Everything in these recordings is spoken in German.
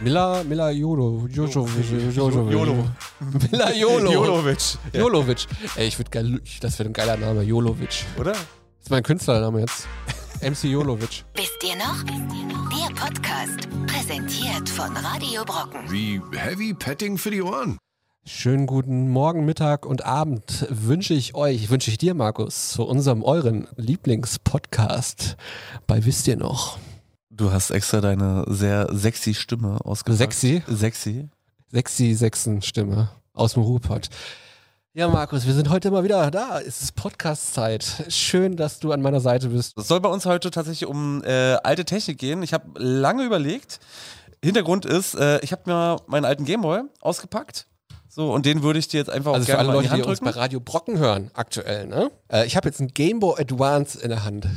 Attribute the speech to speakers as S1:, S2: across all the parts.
S1: Mila, Mila Jolo. Jojo, Jojo,
S2: Jolo.
S1: Mila Jolo.
S2: Jolovic. Ja,
S1: Jolovic. Ey, ich würde geil, ich- das wäre ein geiler Name, Jolovic.
S2: oder?
S1: Das ist mein Künstlername jetzt. MC Jolovic.
S3: Wisst ihr noch? Der Podcast, präsentiert von Radio Brocken.
S4: Wie heavy petting für die Ohren.
S1: Schönen guten Morgen, Mittag und Abend wünsche ich euch, wünsche ich dir, Markus, zu unserem euren Lieblingspodcast bei Wisst ihr noch?
S5: Du hast extra deine sehr sexy Stimme ausgepackt.
S1: Sexy?
S5: Sexy.
S1: Sexy Sechsen-Stimme aus dem Ruhrpott. Ja, Markus, wir sind heute mal wieder da. Es ist Podcast-Zeit. Schön, dass du an meiner Seite bist.
S5: Es soll bei uns heute tatsächlich um äh, alte Technik gehen. Ich habe lange überlegt. Hintergrund ist, äh, ich habe mir meinen alten Gameboy ausgepackt. So, und den würde ich dir jetzt einfach
S1: Also
S5: auch
S1: für
S5: gerne
S1: alle
S5: mal
S1: Leute,
S5: in die
S1: die
S5: Hand
S1: uns
S5: drücken.
S1: bei Radio Brocken hören, aktuell, ne? Äh, ich habe jetzt einen Game Boy Advance in der Hand.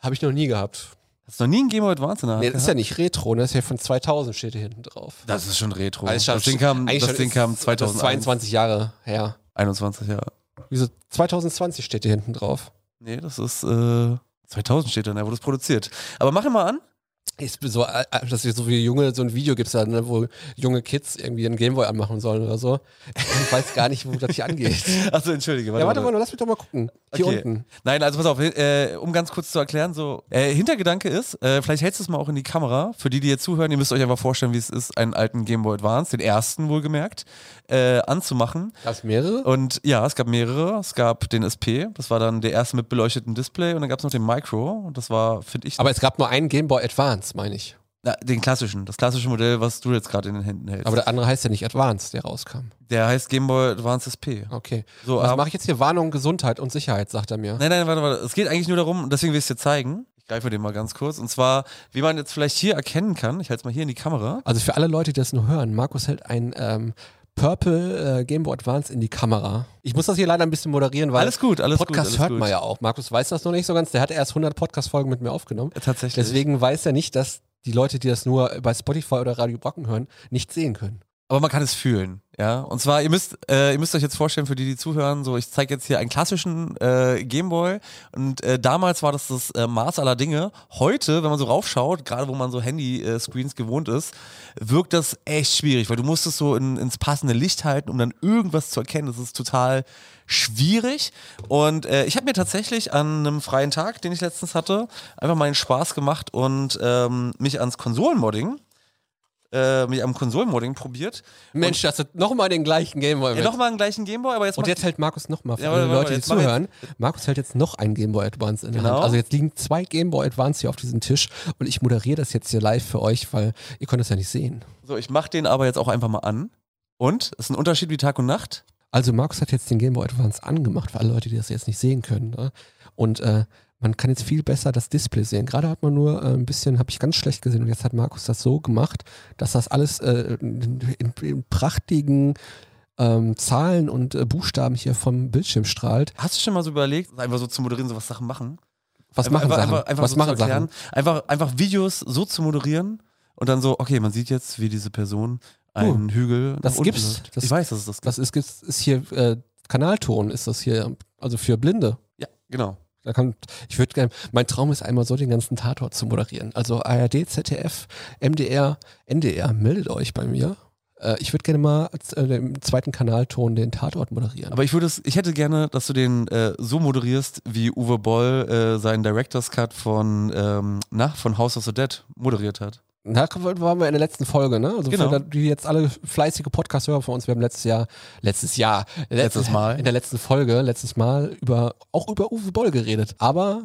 S1: Habe ich noch nie gehabt.
S5: Hast du noch nie einen Gameboy Advance in der Hand
S1: Nee, das ist ja
S5: gehabt?
S1: nicht Retro, ne? Das ist ja von 2000 steht hier hinten drauf.
S5: das ist schon Retro.
S1: Also ist schon-
S5: Oh, das Ding kam,
S1: eigentlich
S5: das
S1: schon-
S5: Ding kam
S1: das ist
S5: 2021.
S1: 22 Jahre her.
S5: 21, ja.
S1: Wieso 2020 steht hier hinten drauf?
S5: Nee, das ist äh, 2000 steht dann, da wurde es produziert. Aber mach ihn mal an.
S1: Ist so, äh, dass wir so wie junge, so ein Video gibt's da, ne, wo junge Kids irgendwie einen Gameboy anmachen sollen oder so. Ich weiß gar nicht, wo das hier angeht.
S5: Achso, Also entschuldige.
S1: ja, warte mal, lass mich doch mal gucken. Hier
S5: Okay.
S1: unten.
S5: Nein, also pass auf, äh, um ganz kurz zu erklären, so äh, Hintergedanke ist, äh, vielleicht hältst du es mal auch in die Kamera, für die, die jetzt zuhören, ihr müsst euch einfach vorstellen, wie es ist, einen alten Game Boy Advance, den ersten wohlgemerkt, äh, anzumachen.
S1: Gab's mehrere?
S5: Und ja, es gab mehrere. Es gab den SP, das war dann der erste mit beleuchtetem Display und dann gab es noch den Micro und das war, finde ich,
S1: Aber es gab nur einen Gameboy Advance, meine ich.
S5: na, den klassischen, das klassische Modell, was du jetzt gerade in den Händen hältst.
S1: Aber der andere heißt ja nicht Advance, der rauskam.
S5: der heißt Game Boy Advance SP.
S1: Okay.
S5: So, ähm, Ne.
S1: Was
S5: aber-
S1: mache ich jetzt hier? Warnung, Gesundheit und Sicherheit, sagt er mir.
S5: Nein, nein, warte, warte. Es geht eigentlich nur darum, und deswegen will ich es dir zeigen. Ich greife den mal ganz kurz. Und zwar, wie man jetzt vielleicht hier erkennen kann, ich halte es mal hier in die Kamera.
S1: Also für alle Leute, die das nur hören, Markus hält ein ähm, Purple äh, Game Boy Advance in die Kamera. Ich muss das hier leider ein bisschen moderieren, weil
S5: Alles gut, alles gut.
S1: Podcast
S5: alles
S1: hört
S5: gut.
S1: man ja auch. Markus weiß das noch nicht so ganz. Der hat erst 100 Podcast-Folgen mit mir aufgenommen.
S5: Äh, Tatsächlich.
S1: Deswegen weiß er nicht, dass die Leute, die das nur bei Spotify oder Radio Brocken hören, nicht sehen können.
S5: Aber man kann es fühlen, ja. Und zwar, ihr müsst, äh, ihr müsst euch jetzt vorstellen, für die, die zuhören, so, ich zeige jetzt hier einen klassischen äh, Gameboy. Und äh, damals war das das äh, Maß aller Dinge. Heute, wenn man so raufschaut, gerade wo man so Handy-Screens gewohnt ist, wirkt das echt schwierig, weil du musst es so in, ins passende Licht halten, um dann irgendwas zu erkennen. Das ist total schwierig. Und äh, ich habe mir tatsächlich an einem freien Tag, den ich letztens hatte, einfach mal einen Spaß gemacht und ähm, mich ans Konsolenmodding äh, mich am Konsolenmodding probiert.
S1: Mensch, das ist nochmal den gleichen Game Boy.
S5: Ja, nochmal einen gleichen Gameboy, aber jetzt
S1: und
S5: macht-
S1: jetzt hält Markus nochmal, für
S5: Ja,
S1: alle
S5: warte,
S1: Leute,
S5: warte,
S1: die
S5: jetzt mach ich-
S1: zuhören, Markus hält jetzt noch einen Game Boy Advance in der
S5: Genau.
S1: Hand. Also jetzt liegen zwei Game Boy Advance hier auf diesem Tisch und ich moderiere das jetzt hier live für euch, weil ihr könnt das ja nicht sehen.
S5: so, ich mache den aber jetzt auch einfach mal an. Und es ist ein Unterschied wie Tag und Nacht.
S1: Also Markus hat jetzt den Game Boy Advance angemacht, für alle Leute, die das jetzt nicht sehen können. Ne? Und äh, man kann jetzt viel besser das Display sehen. Gerade hat man nur äh, ein bisschen, habe ich ganz schlecht gesehen und jetzt hat Markus das so gemacht, dass das alles äh, in, in, in prachtigen ähm, Zahlen und äh, Buchstaben hier vom Bildschirm strahlt.
S5: Hast du schon mal so überlegt, einfach so zu moderieren, so was Sachen machen?
S1: Was
S5: einfach,
S1: machen
S5: einfach,
S1: Sachen?
S5: Einfach, einfach
S1: Was
S5: so
S1: machen
S5: zu erklären,
S1: Sachen?
S5: Einfach, einfach Videos so zu moderieren und dann so, okay, man sieht jetzt, wie diese Person einen Hügel nach
S1: das
S5: unten
S1: gibt's.
S5: läuft.
S1: Das-
S5: ich weiß, dass es das gibt.
S1: Das ist, gibt's- ist hier äh, Kanalton, ist das hier, also für Blinde.
S5: Ja, genau.
S1: Da kann, ich würde gerne, mein Traum ist einmal so den ganzen Tatort zu moderieren. Also ARD, ZDF, MDR, NDR, meldet euch bei mir. Äh, ich würde gerne mal als, äh, im zweiten Kanalton den Tatort moderieren.
S5: Aber ich würde es, ich hätte gerne, dass du den äh, so moderierst, wie Uwe Boll äh, seinen Director's Cut von, ähm, na, von House of the Dead moderiert hat.
S1: da waren wir in der letzten Folge, ne? Also
S5: Genau.
S1: für da- die jetzt alle fleißige Podcast-Hörer von uns, wir haben letztes Jahr, letztes Jahr,
S5: Letztes Mal.
S1: in der letzten Folge, letztes Mal über, auch über Uwe Boll geredet. Aber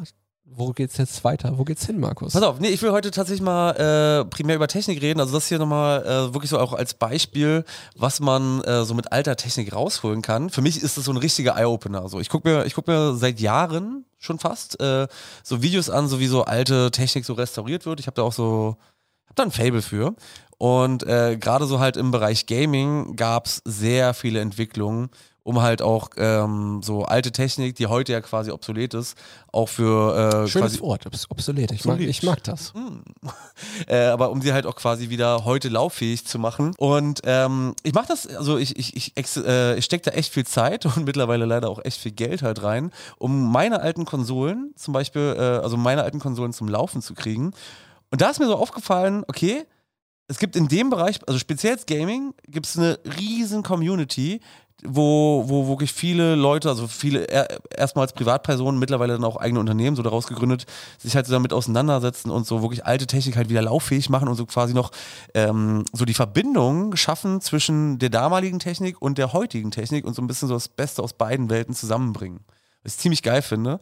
S1: wo geht's jetzt weiter? Wo geht's hin, Markus?
S5: Pass auf, nee, ich will heute tatsächlich mal äh, primär über Technik reden. Also das hier nochmal äh, wirklich so auch als Beispiel, was man äh, so mit alter Technik rausholen kann. Für mich ist das so ein richtiger Eye-Opener. Also ich gucke mir, ich guck mir seit Jahren schon fast äh, so Videos an, so wie so alte Technik so restauriert wird. Ich habe da auch so, habe da ein Fable für. Und äh, gerade so halt im Bereich Gaming gab es sehr viele Entwicklungen, um halt auch ähm, so alte Technik, die heute ja quasi obsolet ist, auch für äh,
S1: Schönes
S5: quasi Hm.
S1: Wort, obs- obsolet. Ich mag,
S5: Obsolet.
S1: ich mag das.
S5: äh, aber um sie halt auch quasi wieder heute lauffähig zu machen. Und ähm, ich mache das, also ich, ich, ich, ex- äh, ich stecke da echt viel Zeit und mittlerweile leider auch echt viel Geld halt rein, um meine alten Konsolen zum Beispiel, äh, also meine alten Konsolen zum Laufen zu kriegen. Und da ist mir so aufgefallen, okay, es gibt in dem Bereich, also speziell jetzt Gaming, gibt es eine riesen Community, wo, wo wirklich viele Leute, also viele er, erstmals Privatpersonen, mittlerweile dann auch eigene Unternehmen so daraus gegründet, sich halt so damit auseinandersetzen und so wirklich alte Technik halt wieder lauffähig machen und so quasi noch ähm, so die Verbindung schaffen zwischen der damaligen Technik und der heutigen Technik und so ein bisschen so das Beste aus beiden Welten zusammenbringen. Was ich ziemlich geil finde.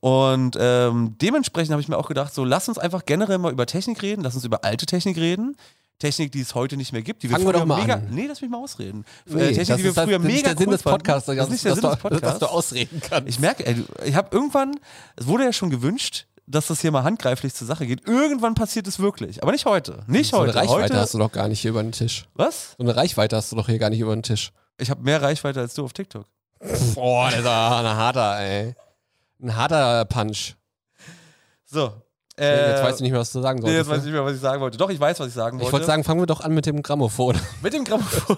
S5: Und ähm, dementsprechend habe ich mir auch gedacht, so lass uns einfach generell mal über Technik reden, lass uns über alte Technik reden. Technik, die es heute nicht mehr gibt, die wir
S1: Fangen wir
S5: früher
S1: doch mal
S5: mega.
S1: an.
S5: Nee, lass mich mal ausreden.
S1: Nee,
S5: Äh, Technik,
S1: das
S5: die wir
S1: ist halt-
S5: früher
S1: das ist
S5: mega
S1: der Sinn
S5: cool
S1: des Podcasts,
S5: fanden. Das ist nicht der
S1: dass
S5: Sinn
S1: du-
S5: des Podcasts.
S1: Dass du ausreden kannst.
S5: Ich merke, ey, du- ich habe irgendwann, es wurde ja schon gewünscht, dass das hier mal handgreiflich zur Sache geht. Irgendwann passiert es wirklich. Aber nicht heute. Nicht
S1: so eine
S5: heute.
S1: Reichweite
S5: heute
S1: hast du doch gar nicht hier über den Tisch.
S5: was?
S1: So eine Reichweite hast du doch hier gar nicht über den Tisch.
S5: Ich habe mehr Reichweite als du auf TikTok.
S1: Boah, das ist ein harter, ey. Ein harter Punch.
S5: So. Äh,
S1: jetzt weiß ich nicht mehr, was du sagen
S5: nee, jetzt
S1: solltest.
S5: weiß ich nicht mehr, was ich sagen wollte. Doch, ich weiß, was ich sagen
S1: ne?
S5: wollte.
S1: ich wollte sagen, fangen wir doch an mit dem Grammophon.
S5: mit dem Grammophon.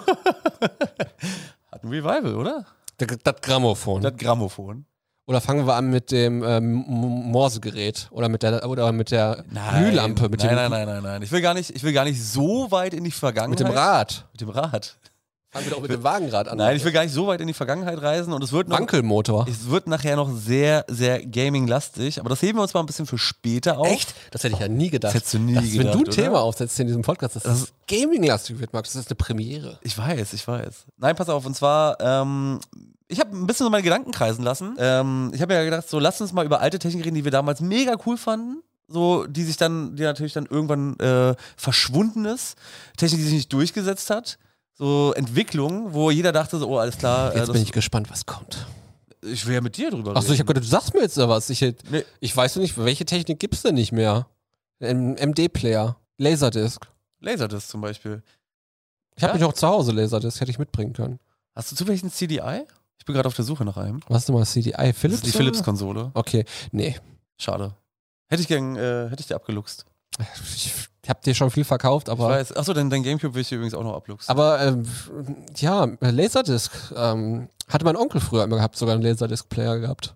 S5: Hat ein Revival, oder?
S1: Das, das Grammophon.
S5: Das Grammophon.
S1: Oder fangen wir an mit dem ähm, M- Morsegerät oder mit der oder mit der Glühlampe, mit
S5: nein,
S1: dem,
S5: nein, nein, nein, nein. Ich will gar nicht, ich will gar nicht so weit in die Vergangenheit.
S1: mit dem Rad.
S5: Mit dem Rad.
S1: Fangen wir doch mit dem Wagenrad an.
S5: Nein, ich will gar nicht so weit in die Vergangenheit reisen und es wird noch,
S1: Wankelmotor.
S5: es wird nachher noch sehr, sehr gaming-lastig. Aber das heben wir uns mal ein bisschen für später auf.
S1: Das hätte ich ja nie gedacht.
S5: Das hättest du nie
S1: dass, Wenn
S5: gedacht,
S1: du ein
S5: oder?
S1: Thema aufsetzt in diesem Podcast, dass
S5: Das
S1: das, Gaming-lastig wird, Max, das ist eine Premiere.
S5: Ich weiß, ich weiß. Nein, pass auf, und zwar, ähm, ich habe ein bisschen so meine Gedanken kreisen lassen. Ähm, ich habe ja gedacht, so lass uns mal über alte Techniken reden, die wir damals mega cool fanden. So, die sich dann, die natürlich dann irgendwann äh, verschwunden ist. Technik, die sich nicht durchgesetzt hat. So Entwicklung, wo jeder dachte, so, oh, alles klar, äh,
S1: Jetzt
S5: das,
S1: bin ich gespannt, was kommt.
S5: ich will ja mit dir drüber
S1: Achso, ich habe gedacht, du sagst mir jetzt da was. Ich, hätt-
S5: Nee.
S1: ich weiß noch nicht, welche Technik gibt's denn nicht mehr? Ein MD-Player, Laserdisc.
S5: Laserdisc zum Beispiel.
S1: Ich habe
S5: Ja.
S1: mich auch zu Hause Laserdisc, hätte ich mitbringen können.
S5: Hast du zufällig ein CDI? Ich bin gerade auf der Suche nach einem.
S1: Was ist nochmal CDI?
S5: Das
S1: Philips?
S5: ist die
S1: oder?
S5: Philips-Konsole.
S1: Okay, nee.
S5: Schade. Hätte ich gern, äh, hätte ich dir abgeluchst.
S1: Ich hab dir schon viel verkauft,
S5: ich
S1: aber.
S5: weiß. Achso, dein, dein Gamecube will ich dir übrigens auch noch abluchsen.
S1: Aber ähm, ja, Laserdisc ähm, hatte mein Onkel früher immer gehabt, sogar einen Laserdisc-Player gehabt.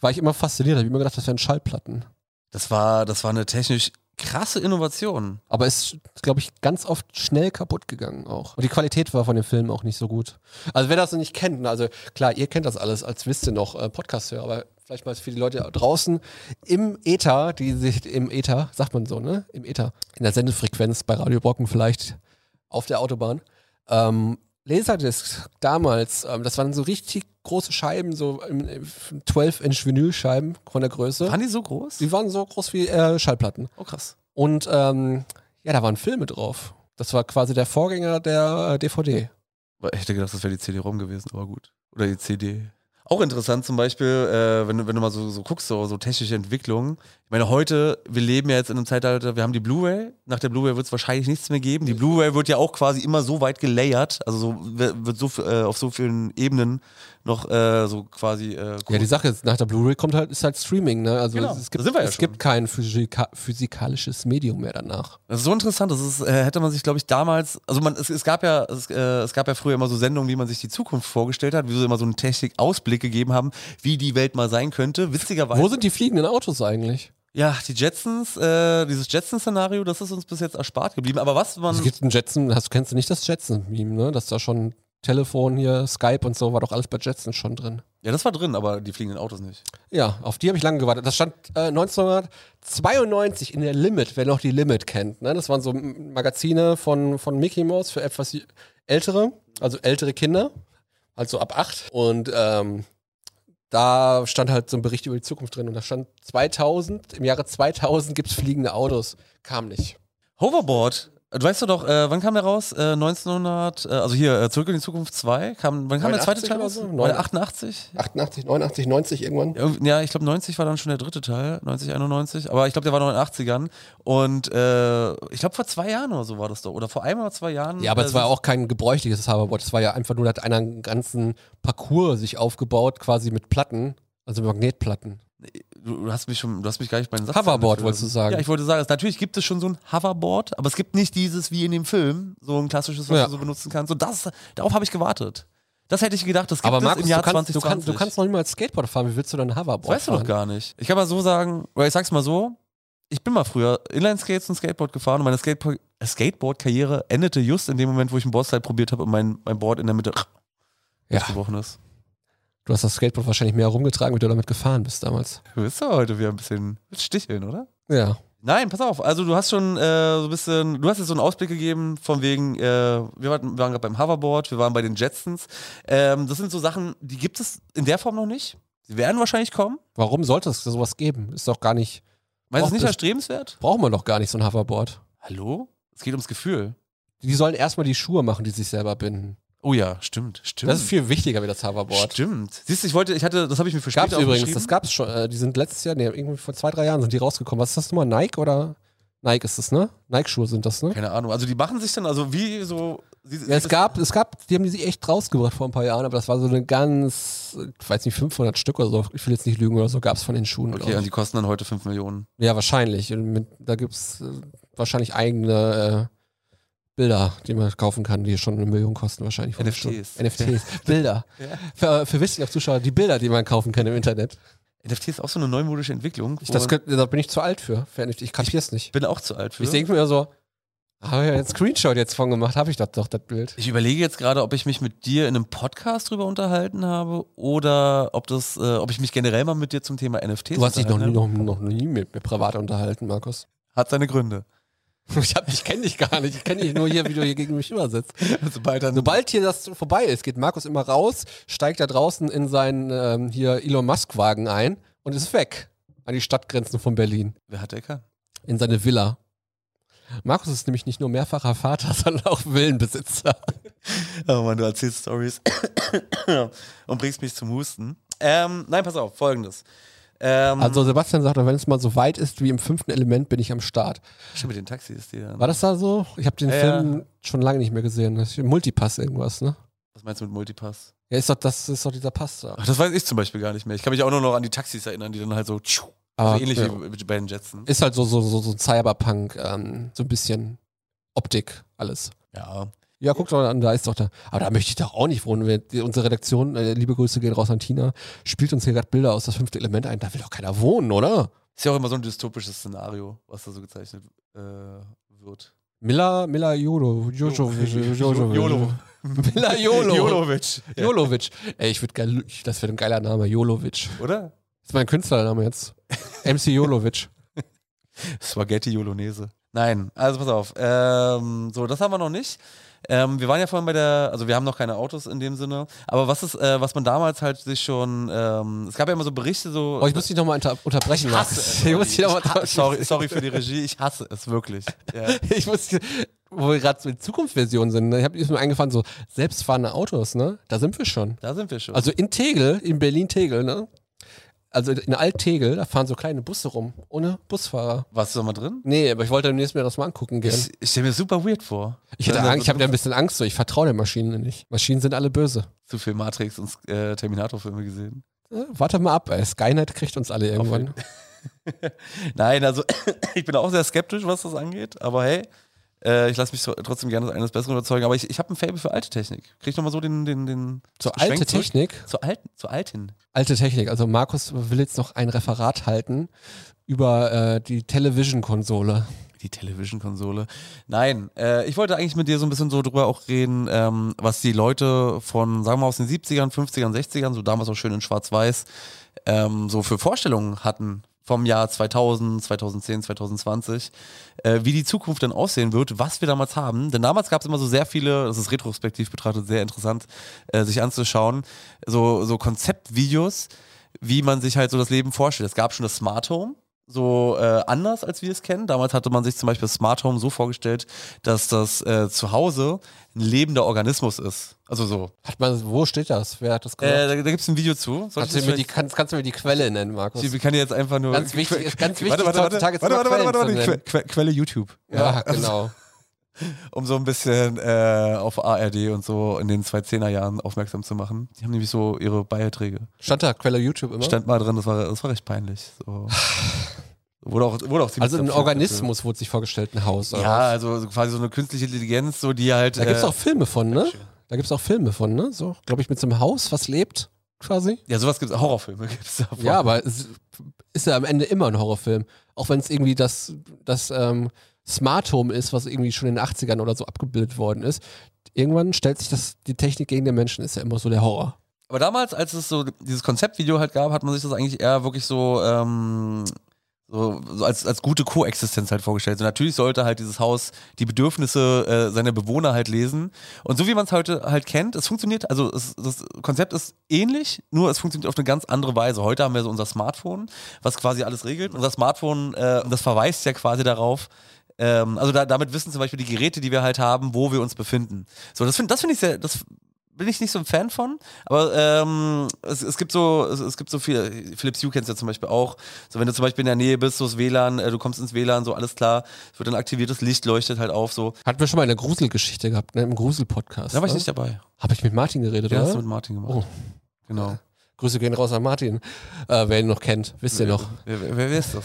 S1: War ich immer fasziniert, habe ich immer gedacht, das wären Schallplatten.
S5: Das war, das war eine technisch krasse Innovation.
S1: Aber ist, glaube ich, ganz oft schnell kaputt gegangen auch. Und die Qualität war von dem Film auch nicht so gut. Also wer das noch nicht kennt, ne, also klar, ihr kennt das alles, als wisst ihr noch, äh, Podcast-Hörer, aber vielleicht mal für die Leute draußen im Äther, die sich im Äther, sagt man so, ne? Im Äther, in der Sendefrequenz bei Radio Brocken vielleicht auf der Autobahn. Ähm, Laserdisc damals, ähm, das waren so richtig große Scheiben, so ähm, 12-Inch-Vinylscheiben von der Größe.
S5: Waren die so groß?
S1: Die waren so groß wie äh, Schallplatten.
S5: Oh krass.
S1: Und ähm, ja, da waren Filme drauf. Das war quasi der Vorgänger der äh, DVD.
S5: Weil Ich hätte gedacht, das wäre die CD-ROM gewesen, aber gut. Oder die CD. Auch interessant zum Beispiel, äh, wenn, du- wenn du mal so, so guckst, so, so technische Entwicklungen. Ich meine, heute, wir leben ja jetzt in einem Zeitalter, wir haben die Blu-ray. Nach der Blu-ray wird es wahrscheinlich nichts mehr geben. Die Blu-ray wird ja auch quasi immer so weit gelayert, also so, wird so äh, auf so vielen Ebenen noch äh, so quasi äh,
S1: Ja, die Sache ist, nach der Blu-ray kommt halt, ist halt Streaming, ne? Also
S5: Genau,
S1: es, es gibt,
S5: da sind wir ja
S1: es
S5: schon.
S1: gibt kein physika physikalisches Medium mehr danach.
S5: Das ist so interessant, das ist, äh, hätte man sich, glaube ich, damals, also man, es, es gab ja, es, äh, es gab ja früher immer so Sendungen, wie man sich die Zukunft vorgestellt hat, wie so immer so einen Technikausblick gegeben haben, wie die Welt mal sein könnte. Witzigerweise.
S1: Wo sind die fliegenden Autos eigentlich?
S5: ja, die Jetsons, äh, dieses Jetson-Szenario, das ist uns bis jetzt erspart geblieben. Aber was man.
S1: Es gibt einen Jetson, hast, kennst du nicht das Jetson-Meme, ne? Dass da schon Telefon hier, Skype und so, war doch alles bei Jetson schon drin.
S5: ja, das war drin, aber die fliegenden Autos nicht.
S1: Ja, auf die habe ich lange gewartet. Das stand äh, 1992 in der Limit, wer noch die Limit kennt. Ne? Das waren so M- Magazine von, von Mickey Mouse für etwas ältere, also ältere Kinder, also ab acht. Und ähm, da stand halt so ein Bericht über die Zukunft drin. Und da stand 2000, im Jahre 2000 gibt es fliegende Autos. Kam nicht.
S5: Hoverboard. Du weißt doch, äh, wann kam der raus? Äh, 1900, äh, also hier, äh, Zurück in die Zukunft 2. Kam, wann kam der zweite
S1: 89
S5: Teil
S1: oder
S5: raus?
S1: so?
S5: Oder 88?
S1: 88, 89, 90 irgendwann.
S5: Irgendwie- Ja, ich glaube 90 war dann schon der dritte Teil, 90, 91, aber ich glaube, der war noch in den 80ern. Und äh, ich glaube, vor zwei Jahren oder so war das doch. Oder vor einem oder zwei Jahren.
S1: Ja, aber
S5: äh,
S1: es war auch kein gebräuchliches Hoverboard. Es war ja einfach nur, da hat einer einen ganzen Parcours sich aufgebaut, quasi mit Platten, also Magnetplatten.
S5: Du, du hast mich schon, du hast mich gar nicht bei den Satz
S1: Hoverboard
S5: zu Ende
S1: wolltest du
S5: führen.
S1: sagen.
S5: Ja, ich wollte sagen, es, natürlich gibt es schon so ein Hoverboard, aber es gibt nicht dieses wie in dem Film, so ein klassisches, was
S1: Ja.
S5: du so benutzen kannst. Und das, darauf habe ich gewartet. Das hätte ich gedacht, das gibt
S1: Aber
S5: es
S1: Markus,
S5: im Jahr
S1: du, kannst, du,
S5: 2020.
S1: kannst, du kannst noch nicht mal Skateboard fahren. Wie willst du dann Hoverboard
S5: Das weißt du
S1: fahren?
S5: doch gar nicht. Ich kann mal so sagen, oder ich sag's mal so, ich bin mal früher Inline-Skates und Skateboard gefahren und meine Skatebo- Skateboard-Karriere endete just in dem Moment, wo ich einen Boardslide probiert habe und mein, mein Board in der Mitte
S1: Ja.
S5: gebrochen ist.
S1: Du hast das Skateboard wahrscheinlich mehr rumgetragen, wie du damit gefahren bist damals.
S5: Du bist aber heute wieder ein bisschen mit sticheln, oder?
S1: Ja.
S5: Nein, pass auf. Also du hast schon äh, so ein bisschen, du hast jetzt so einen Ausblick gegeben von wegen, äh, wir waren, wir waren gerade beim Hoverboard, wir waren bei den Jetsons. Ähm, das sind so Sachen, die gibt es in der Form noch nicht. Sie werden wahrscheinlich kommen.
S1: Warum sollte es sowas geben? Ist doch gar nicht,
S5: Meinst du
S1: Och,
S5: es nicht
S1: das-
S5: erstrebenswert?
S1: braucht man doch gar nicht so ein Hoverboard.
S5: Hallo? Es geht ums Gefühl.
S1: Die sollen erstmal die Schuhe machen, die sich selber binden.
S5: Oh ja, stimmt, stimmt.
S1: Das ist viel wichtiger wie das Hoverboard.
S5: Stimmt. Siehst du, ich wollte, ich hatte, das habe ich mir für später
S1: Gab's übrigens,
S5: aufgeschrieben.
S1: das gab's schon, äh, die sind letztes Jahr, nee, irgendwie vor zwei, drei Jahren sind die rausgekommen. Was ist das nochmal, Nike oder? Nike ist das, ne? Nike-Schuhe sind das, ne?
S5: Keine Ahnung. Also die machen sich dann, also wie so. sie-
S1: Ja, es gab, es gab, die haben die sich echt rausgebracht vor ein paar Jahren, aber das war so eine ganz, äh, ich weiß nicht, 500 Stück oder so, ich will jetzt nicht lügen oder so, gab's von den Schuhen.
S5: Okay,
S1: glaub
S5: und
S1: ich.
S5: die kosten dann heute 5 Millionen.
S1: ja, wahrscheinlich. Und Mit, da gibt's äh, wahrscheinlich eigene äh, Bilder, die man kaufen kann, die schon eine Million kosten wahrscheinlich. von den Schuhen.
S5: NFTs.
S1: NFTs, Bilder. Für, für wissenschaftliche Zuschauer, die Bilder, die man kaufen kann im Internet.
S5: NFT ist auch so eine neumodische Entwicklung.
S1: Ich,
S5: wo
S1: das
S5: man-
S1: könnt, da bin ich zu alt für. für NFT. Ich kapier's nicht.
S5: ich bin auch zu alt für.
S1: Ich denke mir so, habe ich ja jetzt Screenshot jetzt von gemacht, habe ich das doch, das Bild.
S5: Ich überlege jetzt gerade, ob ich mich mit dir in einem Podcast drüber unterhalten habe oder ob das, äh, ob ich mich generell mal mit dir zum Thema NFTs
S1: Du hast dich noch, nie-
S5: unterhalten habe.
S1: noch, noch nie mit mir privat unterhalten, Markus.
S5: Hat seine Gründe.
S1: Ich, hab- ich kenne dich gar nicht. Ich kenne dich nur hier, wie du hier gegen mich übersetzt.
S5: Sobald dann
S1: Sobald hier das vorbei ist, geht Markus immer raus, steigt da draußen in seinen ähm, hier Elon Musk-Wagen ein und ist weg an die Stadtgrenzen von Berlin,
S5: Wer hat Ecker?
S1: in seine Villa. Markus ist nämlich nicht nur mehrfacher Vater, sondern auch Villenbesitzer.
S5: Oh Mann, du erzählst Stories und bringst mich zum Husten. Ähm, nein, pass auf, folgendes. Ähm,
S1: Also Sebastian sagt, wenn es mal so weit ist wie im fünften Element, bin ich am Start.
S5: stimmt, mit den Taxis, die dann.
S1: War das da so? Ich habe den
S5: Ja,
S1: Film schon lange nicht mehr gesehen. Das ist Multipass irgendwas, ne?
S5: Was meinst du mit Multipass?
S1: Ja, ist doch, das ist doch dieser Pass da.
S5: Ach, das weiß ich zum Beispiel gar nicht mehr. Ich kann mich auch nur noch an die Taxis erinnern, die dann halt so, tschu, also
S1: Aber-
S5: ähnlich
S1: Ah, ja.
S5: wie bei den Jetson.
S1: Ist halt so, so, so, so ein Cyberpunk, ähm, so ein bisschen Optik, alles.
S5: Ja.
S1: Ja, guck doch an, da ist doch da. Aber da möchte ich doch auch nicht wohnen. Wir, die, unsere Redaktion, äh, liebe Grüße gehen raus an Tina, spielt uns hier gerade Bilder aus das fünfte Element ein. Da will doch keiner wohnen, oder?
S5: Ist ja auch immer so ein dystopisches Szenario, was da so gezeichnet äh, wird.
S1: Mila, Mila Jolo, Jojo, Jojo,
S5: Jolo.
S1: Mila Jolo.
S5: Jolovic. Ja.
S1: Jolovic. Ey, ich würde geil, das wäre ein geiler Name, Jolovic.
S5: Oder?
S1: Das ist mein Künstlername jetzt. MC Jolovic.
S5: Spaghetti Jolonese. Nein, also pass auf. Ähm, so, das haben wir noch nicht. Ähm, wir waren ja vorhin bei der, also wir haben noch keine Autos in dem Sinne, aber was ist, äh, was man damals halt sich schon, ähm, es gab ja immer so Berichte, so.
S1: Oh, ich muss dich nochmal unter, unterbrechen.
S5: ich hasse
S1: Markus.
S5: es.
S1: Ich muss dich nochmal
S5: ha- sorry,
S1: unterbrechen.
S5: sorry für die Regie, ich hasse es wirklich. Ja.
S1: Ich muss, wo wir gerade so in Zukunftsversionen sind, ne? ich habe mir eingefallen, so selbstfahrende Autos, ne? Da sind wir schon.
S5: Da sind wir schon.
S1: Also in Tegel, in Berlin-Tegel, ne? Also in Alt-Tegel, da fahren so kleine Busse rum, ohne Busfahrer.
S5: Warst du da mal drin?
S1: Nee, aber ich wollte demnächst mir das mal angucken gehen.
S5: Ich, ich stelle mir super weird vor.
S1: Ich hätte
S5: Wenn da
S1: Angst, ich
S5: so
S1: habe da ein bisschen Angst so, ich vertraue den Maschinen nicht. Maschinen sind alle böse.
S5: zu viel Matrix und äh, Terminator-Filme gesehen.
S1: Äh, Warte mal ab, ey. Skynet kriegt uns alle irgendwann.
S5: Nein, also ich bin auch sehr skeptisch, was das angeht, aber hey, äh, ich lasse mich tro- trotzdem gerne eines Besseren überzeugen, aber ich, ich habe ein Faible für alte Technik. Krieg ich nochmal so den, den, den
S1: So
S5: den Schwenk
S1: alte
S5: zurück?
S1: Technik.
S5: Zur alten, zur alten.
S1: Alte Technik. Also Markus will jetzt noch ein Referat halten über äh, die Television-Konsole.
S5: Die Television-Konsole. Nein, äh, ich wollte eigentlich mit dir so ein bisschen so drüber auch reden, ähm, was die Leute von, sagen wir mal, aus den 70ern, 50ern, 60ern, so damals auch schön in Schwarz-Weiß, ähm, so für Vorstellungen hatten vom Jahr 2000, 2010, 2020, äh, wie die Zukunft dann aussehen wird, was wir damals haben. Denn damals gab es immer so sehr viele, das ist retrospektiv betrachtet sehr interessant, äh, sich anzuschauen, so, so Konzeptvideos, wie man sich halt so das Leben vorstellt. Es gab schon das Smart Home, so äh, anders, als wir es kennen. Damals hatte man sich zum Beispiel das Smart Home so vorgestellt, dass das äh, Zuhause ein lebender Organismus ist. Also so.
S1: Hat man, wo steht das? Wer hat das
S5: Äh,
S1: gesagt?
S5: da da gibt es ein Video zu. Soll ich
S1: kannst, du
S5: das
S1: mir die,
S5: vielleicht-
S1: kannst, kannst du mir die Quelle nennen, Markus?
S5: ich kann dir jetzt einfach nur.
S1: Ganz wichtig- ist ganz wichtig,
S5: warte, warte, warte,
S1: heutzutage
S5: warte,
S1: ist immer
S5: warte, warte, warte,
S1: Quellen zu
S5: Que- Que- Quelle YouTube.
S1: ja, genau.
S5: um so ein bisschen äh, auf ARD und so in den 2010er Jahren aufmerksam zu machen. Die haben nämlich so ihre Beiträge.
S1: Stand da Quelle YouTube immer?
S5: Stand mal drin, das war, das war recht peinlich. So. Wurde auch, wurde auch ziemlich
S1: also ein
S5: zerpflückt,
S1: Organismus wurde sich vorgestellt, ein Haus.
S5: dafür.
S1: oder
S5: Ja,
S1: was?
S5: also so quasi so eine künstliche Intelligenz, so die halt.
S1: Da gibt es
S5: äh,
S1: auch Filme von, ne? Da gibt es auch Filme von, ne? So, glaube ich, mit so einem Haus, was lebt. quasi.
S5: Ja, sowas gibt es, Horrorfilme gibt es davon.
S1: Ja, aber es ist ja am Ende immer ein Horrorfilm. Auch wenn es irgendwie das, das ähm, Smart Home ist, was irgendwie schon in den 80ern oder so abgebildet worden ist. Irgendwann stellt sich das, die Technik gegen den Menschen, ist ja immer so der Horror.
S5: Aber damals, als es so dieses Konzeptvideo halt gab, hat man sich das eigentlich eher wirklich so, ähm, so, so als, als gute Koexistenz halt vorgestellt. So, natürlich sollte halt dieses Haus die Bedürfnisse äh, seiner Bewohner halt lesen. Und so wie man es heute halt kennt, es funktioniert, also es, das Konzept ist ähnlich, nur es funktioniert auf eine ganz andere Weise. Heute haben wir so unser Smartphone, was quasi alles regelt. Unser Smartphone, äh, das verweist ja quasi darauf, ähm, also da, damit wissen zum Beispiel die Geräte, die wir halt haben, wo wir uns befinden. So, das finde das find ich sehr, das bin ich nicht so ein Fan von, aber ähm, es, es gibt so, es, es gibt so viele, Philips Hue kennst du ja zum Beispiel auch, so wenn du zum Beispiel in der Nähe bist, so das WLAN, äh, du kommst ins WLAN, so alles klar, es wird dann aktiviert, das Licht leuchtet halt auf, so.
S1: Hatten wir schon mal in der Gruselgeschichte gehabt, ne? im Grusel-Podcast.
S5: Da war ich
S1: ne?
S5: nicht dabei.
S1: Habe ich mit Martin geredet,
S5: Ja, hast du
S1: oder?
S5: mit Martin gemacht.
S1: Oh.
S5: Genau.
S1: Grüße gehen raus an Martin, äh, wer ihn noch kennt, wisst ihr noch.
S5: Wer, wer, wer ist das?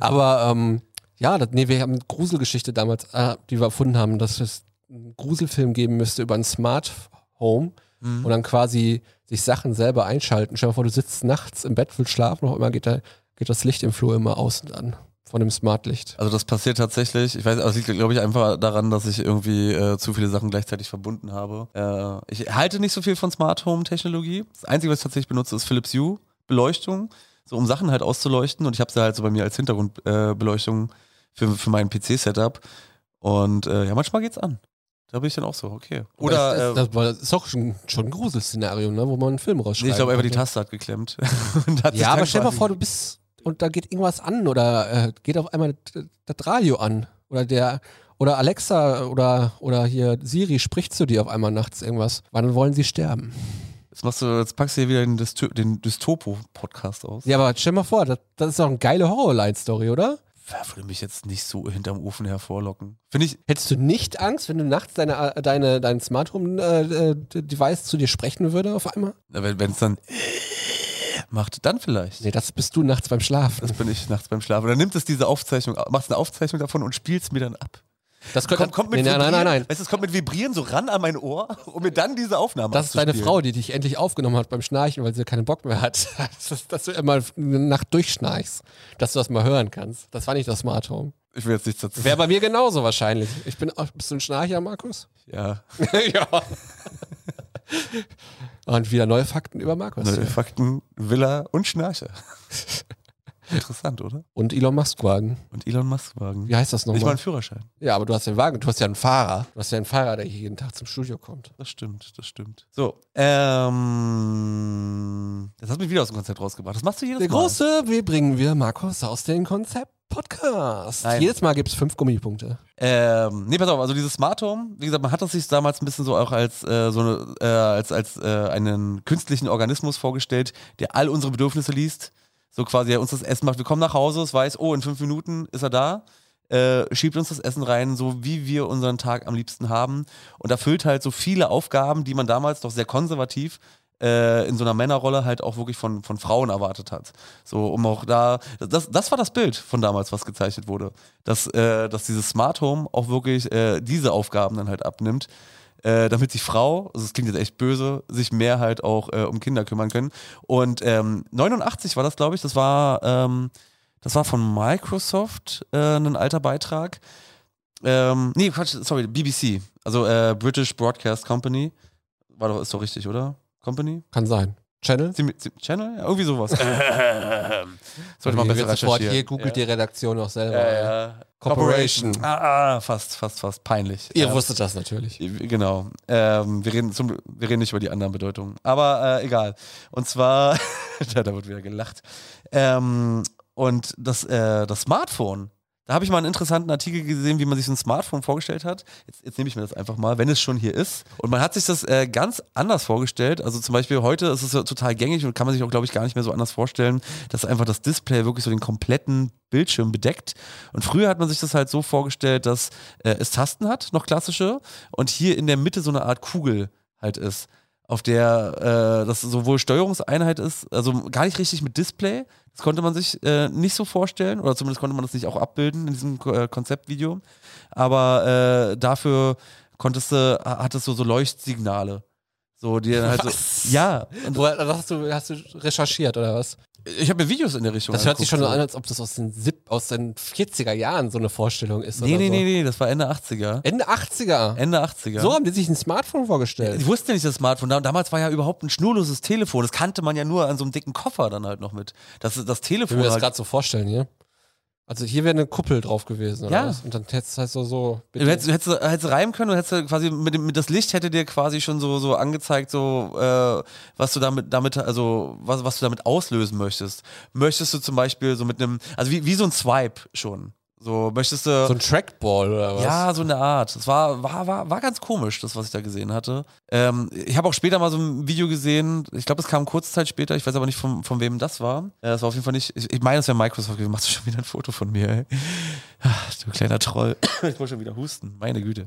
S1: Aber ähm, ja, das, nee, wir haben eine Gruselgeschichte damals, äh, die wir erfunden haben, dass es einen Gruselfilm geben müsste über ein Smart Home
S5: Mhm.
S1: und dann quasi sich Sachen selber einschalten. Stell dir mal vor, du sitzt nachts im Bett, willst schlafen, noch immer geht, da, geht das Licht im Flur immer aus und an von dem Smartlicht.
S5: Also das passiert tatsächlich. Ich weiß, aber es liegt, glaube ich, einfach daran, dass ich irgendwie äh, zu viele Sachen gleichzeitig verbunden habe. Äh, ich halte nicht so viel von Smart Home Technologie. Das Einzige, was ich tatsächlich benutze, ist Philips Hue Beleuchtung, so um Sachen halt auszuleuchten. Und ich habe sie halt so bei mir als Hintergrundbeleuchtung äh, Beleuchtung für, für mein PC-Setup. Und äh, ja, manchmal geht's an. Da bin ich dann auch so, okay. Oder
S1: das, das,
S5: äh,
S1: das ist doch schon, schon ein Gruselszenario, ne, wo man einen Film rausschreibt.
S5: nee, ich glaube, einfach die Taste hat geklemmt. Und hat sich
S1: Ja,
S5: dann
S1: aber stell dir mal
S5: quasi-
S1: vor, du bist und da geht irgendwas an oder äh, geht auf einmal d- das Radio an oder der oder Alexa oder oder hier Siri spricht zu dir auf einmal nachts irgendwas. Wann wollen sie sterben?
S5: Jetzt, machst du, jetzt packst du hier wieder den, Dysto den Dystopo-Podcast aus.
S1: Ja, aber stell dir mal vor, das, das ist doch eine geile Horrorline-Story, oder?
S5: Wer würde mich jetzt nicht so hinterm Ofen hervorlocken? Finde ich,
S1: Hättest du nicht Angst, wenn du nachts deine, äh, deine, dein Smart Home äh, äh, Device zu dir sprechen würde auf einmal?
S5: Na, wenn es dann äh, macht, dann vielleicht.
S1: Nee, das bist du nachts beim Schlafen.
S5: Das bin ich nachts beim Schlafen. Dann nimmt es diese Aufzeichnung, macht eine Aufzeichnung davon und spielt es mir dann ab.
S1: Das
S5: Kommt, kommt mit
S1: nee, nein, nein, nein,
S5: Vibrieren-
S1: nein.
S5: Weißt, du, es kommt mit Vibrieren so ran an mein Ohr, um mir dann diese Aufnahme
S1: Das ist deine
S5: abzuspielen.
S1: Frau, die dich endlich aufgenommen hat beim Schnarchen, weil sie keinen Bock mehr hat. Das ist, dass du immer eine Nacht durchschnarchst, dass du das mal hören kannst. Das war nicht das Smart Home.
S5: Ich will jetzt nichts dazu
S1: Wäre bei mir genauso wahrscheinlich. Ich bin auch, bist du ein Schnarcher, Markus?
S5: Ja.
S1: ja. Und wieder neue Fakten über Markus.
S5: Neue Fakten, Villa und Schnarcher. Interessant, oder?
S1: Und Elon Musk Wagen.
S5: Und Elon Musk Wagen.
S1: Wie heißt das
S5: Nicht mal
S1: nochmal?
S5: einen Führerschein.
S1: Ja, aber du hast den Wagen, du hast ja einen Fahrer. Du hast ja einen Fahrer, der hier jeden Tag zum Studio kommt.
S5: Das stimmt, das stimmt. So, ähm, das hat mich wieder aus dem Konzept rausgebracht. Das machst du jedes
S1: Der
S5: Mal.
S1: große, wie bringen wir Markus aus dem Konzept Podcast?
S5: Nein.
S1: Jedes Mal gibt es fünf Gummipunkte.
S5: Ähm, nee, pass auf, also dieses Smart Home, wie gesagt, man hat das sich damals ein bisschen so auch als äh, so eine, äh, als, als äh, einen künstlichen Organismus vorgestellt, der all unsere Bedürfnisse liest. So quasi, der uns das Essen macht. Wir kommen nach Hause, es weiß, oh, in fünf Minuten ist er da, äh, schiebt uns das Essen rein, so wie wir unseren Tag am liebsten haben und erfüllt halt so viele Aufgaben, die man damals doch sehr konservativ äh, in so einer Männerrolle halt auch wirklich von, von Frauen erwartet hat. So, um auch da, das, das war das Bild von damals, was gezeichnet wurde. Dass, äh, dass dieses Smart Home auch wirklich äh, diese Aufgaben dann halt abnimmt, äh, damit sich Frau, also es klingt jetzt echt böse, sich mehr halt auch äh, um Kinder kümmern können. Und ähm, 89 war das, glaube ich, das war, ähm, das war von Microsoft äh, ein alter Beitrag. Ähm, nee, Quatsch, sorry, BBC, also äh, British Broadcast Company. War doch, ist doch richtig, oder? Company?
S1: Kann sein. Channel?
S5: Ziem- Ziem- Channel? Ja, irgendwie sowas. Sollte man
S1: Hier
S5: besser
S1: wird sofort,
S5: recherchieren.
S1: Hier googelt die Redaktion auch selber.
S5: ja. Ja, ja.
S1: Corporation.
S5: Ah, ah, fast, fast, fast. Peinlich.
S1: Ihr
S5: Ja.
S1: wusstet das natürlich.
S5: Genau. Ähm, wir, reden zum, wir reden nicht über die anderen Bedeutungen. Aber äh, egal. Und zwar, da, da wird wieder gelacht. Ähm, und das, äh, das Smartphone. Da habe ich mal einen interessanten Artikel gesehen, wie man sich so ein Smartphone vorgestellt hat. Jetzt, jetzt nehme ich mir das einfach mal, wenn es schon hier ist. Und man hat sich das äh, ganz anders vorgestellt. Also zum Beispiel heute ist es ja total gängig und kann man sich auch, glaube ich, gar nicht mehr so anders vorstellen, dass einfach das Display wirklich so den kompletten Bildschirm bedeckt. Und früher hat man sich das halt so vorgestellt, dass äh, es Tasten hat, noch klassische, und hier in der Mitte so eine Art Kugel halt ist, auf der äh, das sowohl Steuerungseinheit ist, also gar nicht richtig mit Display. Das konnte man sich äh, nicht so vorstellen, oder zumindest konnte man das nicht auch abbilden in diesem Ko- äh, Konzeptvideo. Aber äh, dafür konntest du, hattest du so Leuchtsignale. So, die dann halt
S1: Was?
S5: so. Ja. Und
S1: Woher- Das hast du, hast du recherchiert oder was?
S5: ich habe mir Videos in der Richtung
S1: Das hört sich schon
S5: angeguckt,
S1: so an, als ob das aus den, Sieb- aus den 40er Jahren so eine Vorstellung ist.
S5: Nee,
S1: oder
S5: nee,
S1: so.
S5: nee, nee, das war Ende 80er.
S1: Ende 80er.
S5: Ende 80er.
S1: So haben die sich ein Smartphone vorgestellt.
S5: Ich wusste nicht das Smartphone. Dam- Damals war ja überhaupt ein schnurloses Telefon. Das kannte man ja nur an so einem dicken Koffer dann halt noch mit. Das, das
S1: Ich
S5: Telefon.
S1: will mir das
S5: halt-
S1: gerade so vorstellen hier. Also hier wäre eine Kuppel drauf gewesen, oder
S5: Ja.
S1: was? Und dann hättest du halt so, so bitte.
S5: Du hättest, hättest, hättest reimen können und hättest quasi mit, dem, mit das Licht hätte dir quasi schon so, so angezeigt, so äh, was du damit, damit, also was, was du damit auslösen möchtest. Möchtest du zum Beispiel so mit einem, also wie, wie so ein Swipe schon. So möchtest du.
S1: so ein Trackball oder was?
S5: ja, so eine Art. Das war, war, war, war ganz komisch, das, was ich da gesehen hatte. Ähm, ich habe auch später mal so ein Video gesehen. Ich glaube, es kam kurze Zeit später. Ich weiß aber nicht, von, von wem das war. Äh, das war auf jeden Fall nicht. Ich, ich meine, es wäre Microsoft gewesen. Machst du schon wieder ein Foto von mir, ey? Ach, du kleiner Troll. ich wollte schon wieder husten. Meine Güte.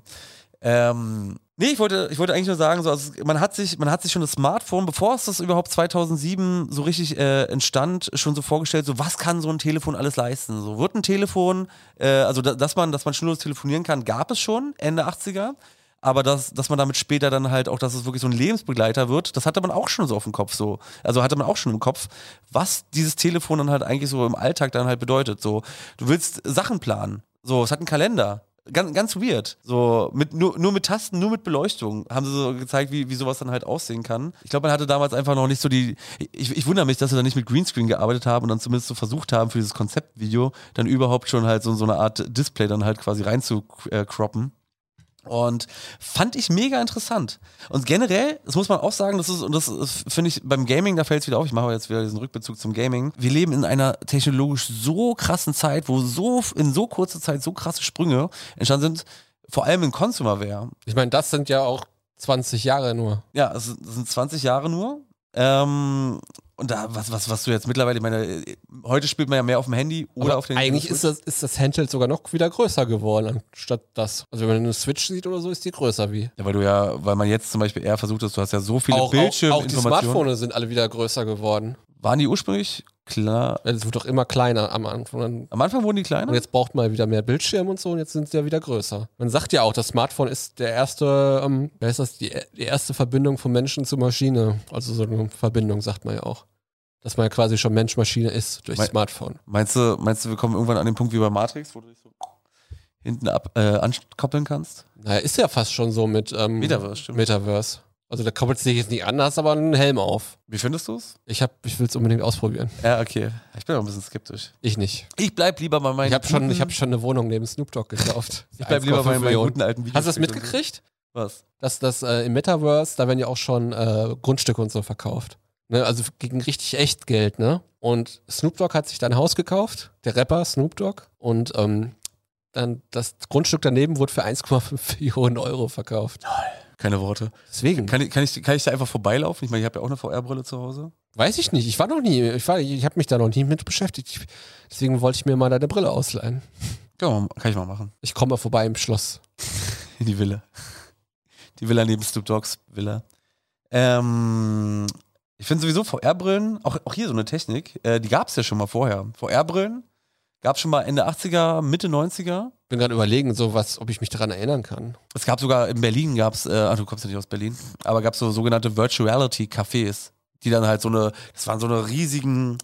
S5: Ähm, nee, ich wollte, ich wollte eigentlich nur sagen, so, also, es- man, hat sich, man hat sich schon das Smartphone, bevor es das überhaupt 2007 so richtig äh, entstand, schon so vorgestellt, so was kann so ein Telefon alles leisten? So wird ein Telefon, äh, also da, dass man, dass man schnurlos telefonieren kann, gab es schon Ende 80er. Aber dass, dass man damit später dann halt auch, dass es wirklich so ein Lebensbegleiter wird, das hatte man auch schon so auf dem Kopf so. Also hatte man auch schon im Kopf, was dieses Telefon dann halt eigentlich so im Alltag dann halt bedeutet. So, du willst Sachen planen. So, es hat einen Kalender. Ganz, ganz weird. So, mit, nur, nur mit Tasten, nur mit Beleuchtung haben sie so gezeigt, wie, wie sowas dann halt aussehen kann. Ich glaube, man hatte damals einfach noch nicht so die. Ich, ich wundere mich, dass sie da nicht mit Greenscreen gearbeitet haben und dann zumindest so versucht haben, für dieses Konzeptvideo dann überhaupt schon halt so, so eine Art Display dann halt quasi reinzukroppen. Und fand ich mega interessant. Und generell, das muss man auch sagen, das ist, und das ist, finde ich beim Gaming, da fällt es wieder auf, ich mache jetzt wieder diesen Rückbezug zum Gaming. Wir leben in einer technologisch so krassen Zeit, wo so in so kurzer Zeit so krasse Sprünge entstanden sind, vor allem in Consumerware.
S1: Ich meine, das sind ja auch 20 Jahre nur.
S5: Ja, es sind es sind 20 Jahre nur. Ähm, und da, was, was, was du jetzt mittlerweile, ich meine, heute spielt man ja mehr auf dem Handy oder
S1: Aber
S5: auf den
S1: eigentlich ist das, ist das Handheld sogar noch wieder größer geworden, anstatt das. Also wenn man eine Switch sieht oder so, ist die größer wie.
S5: Ja, weil du ja, weil man jetzt zum Beispiel eher versucht hast, du hast ja so viele
S1: Auch, auch, auch die
S5: Bildschirminformationen.
S1: Smartphones sind alle wieder größer geworden.
S5: Waren die ursprünglich klar?
S1: Es wird doch immer kleiner am Anfang. Dann
S5: Am Anfang wurden die
S1: Und
S5: kleiner?
S1: jetzt braucht man wieder mehr Bildschirm und so und jetzt sind sie ja wieder größer. Man sagt ja auch, das Smartphone ist der erste, ähm, wer ist das, die, die erste Verbindung von Menschen zu Maschine. Also so eine Verbindung sagt man ja auch. Dass man ja quasi schon Mensch-Maschine ist durch
S5: Mei-
S1: Smartphone.
S5: Meinst du, meinst du, wir kommen irgendwann an den Punkt wie bei Matrix, wo du dich so hinten ab, äh, ankoppeln kannst?
S1: Naja, ist ja fast schon so mit ähm,
S5: Metaverse, stimmt.
S1: Metaverse. Also da koppelt es dich jetzt nicht an, hast aber einen Helm auf.
S5: Wie findest du es?
S1: Ich, hab- ich will es unbedingt ausprobieren.
S5: Ja, okay. Ich bin auch ein bisschen skeptisch.
S1: Ich nicht.
S5: Ich bleib lieber bei meinen
S1: Ich habe schon,
S5: guten-
S1: ich hab schon eine Wohnung neben Snoop Dogg gekauft.
S5: ich bleib lieber bei
S1: 1,5
S5: meinen
S1: Millionen.
S5: guten alten Videos.
S1: Hast du das mitgekriegt?
S5: Was?
S1: dass das äh, im Metaverse, da werden ja auch schon äh, Grundstücke und so verkauft. Ne? Also gegen richtig echt Geld, ne? Und Snoop Dogg hat sich da ein Haus gekauft, der Rapper Snoop Dogg. Und ähm, dann das Grundstück daneben wurde für 1,5 Millionen Euro verkauft.
S5: Keine Worte.
S1: Deswegen.
S5: Kann ich, kann ich, kann ich da einfach vorbeilaufen? Ich meine, ich habe ja auch eine VR-Brille zu Hause.
S1: Weiß ich nicht. Ich war noch nie, ich, war- ich habe mich da noch nie mit beschäftigt. Ich, deswegen wollte ich mir mal deine Brille ausleihen.
S5: Kann, man, kann ich mal machen.
S1: Ich komme mal vorbei im Schloss.
S5: In die Villa. Die Villa neben Snoop Dogs Villa. Ähm, ich finde sowieso VR-Brillen, auch, auch hier so eine Technik, äh, die gab es ja schon mal vorher. VR-Brillen gab es schon mal Ende 80er, Mitte 90er.
S1: Bin gerade überlegen, so was, ob ich mich daran erinnern kann.
S5: Es gab sogar in Berlin gab es, äh, ah, du kommst ja nicht aus Berlin, aber gab es so sogenannte Virtuality-Cafés, die dann halt so eine, das waren so eine riesigen,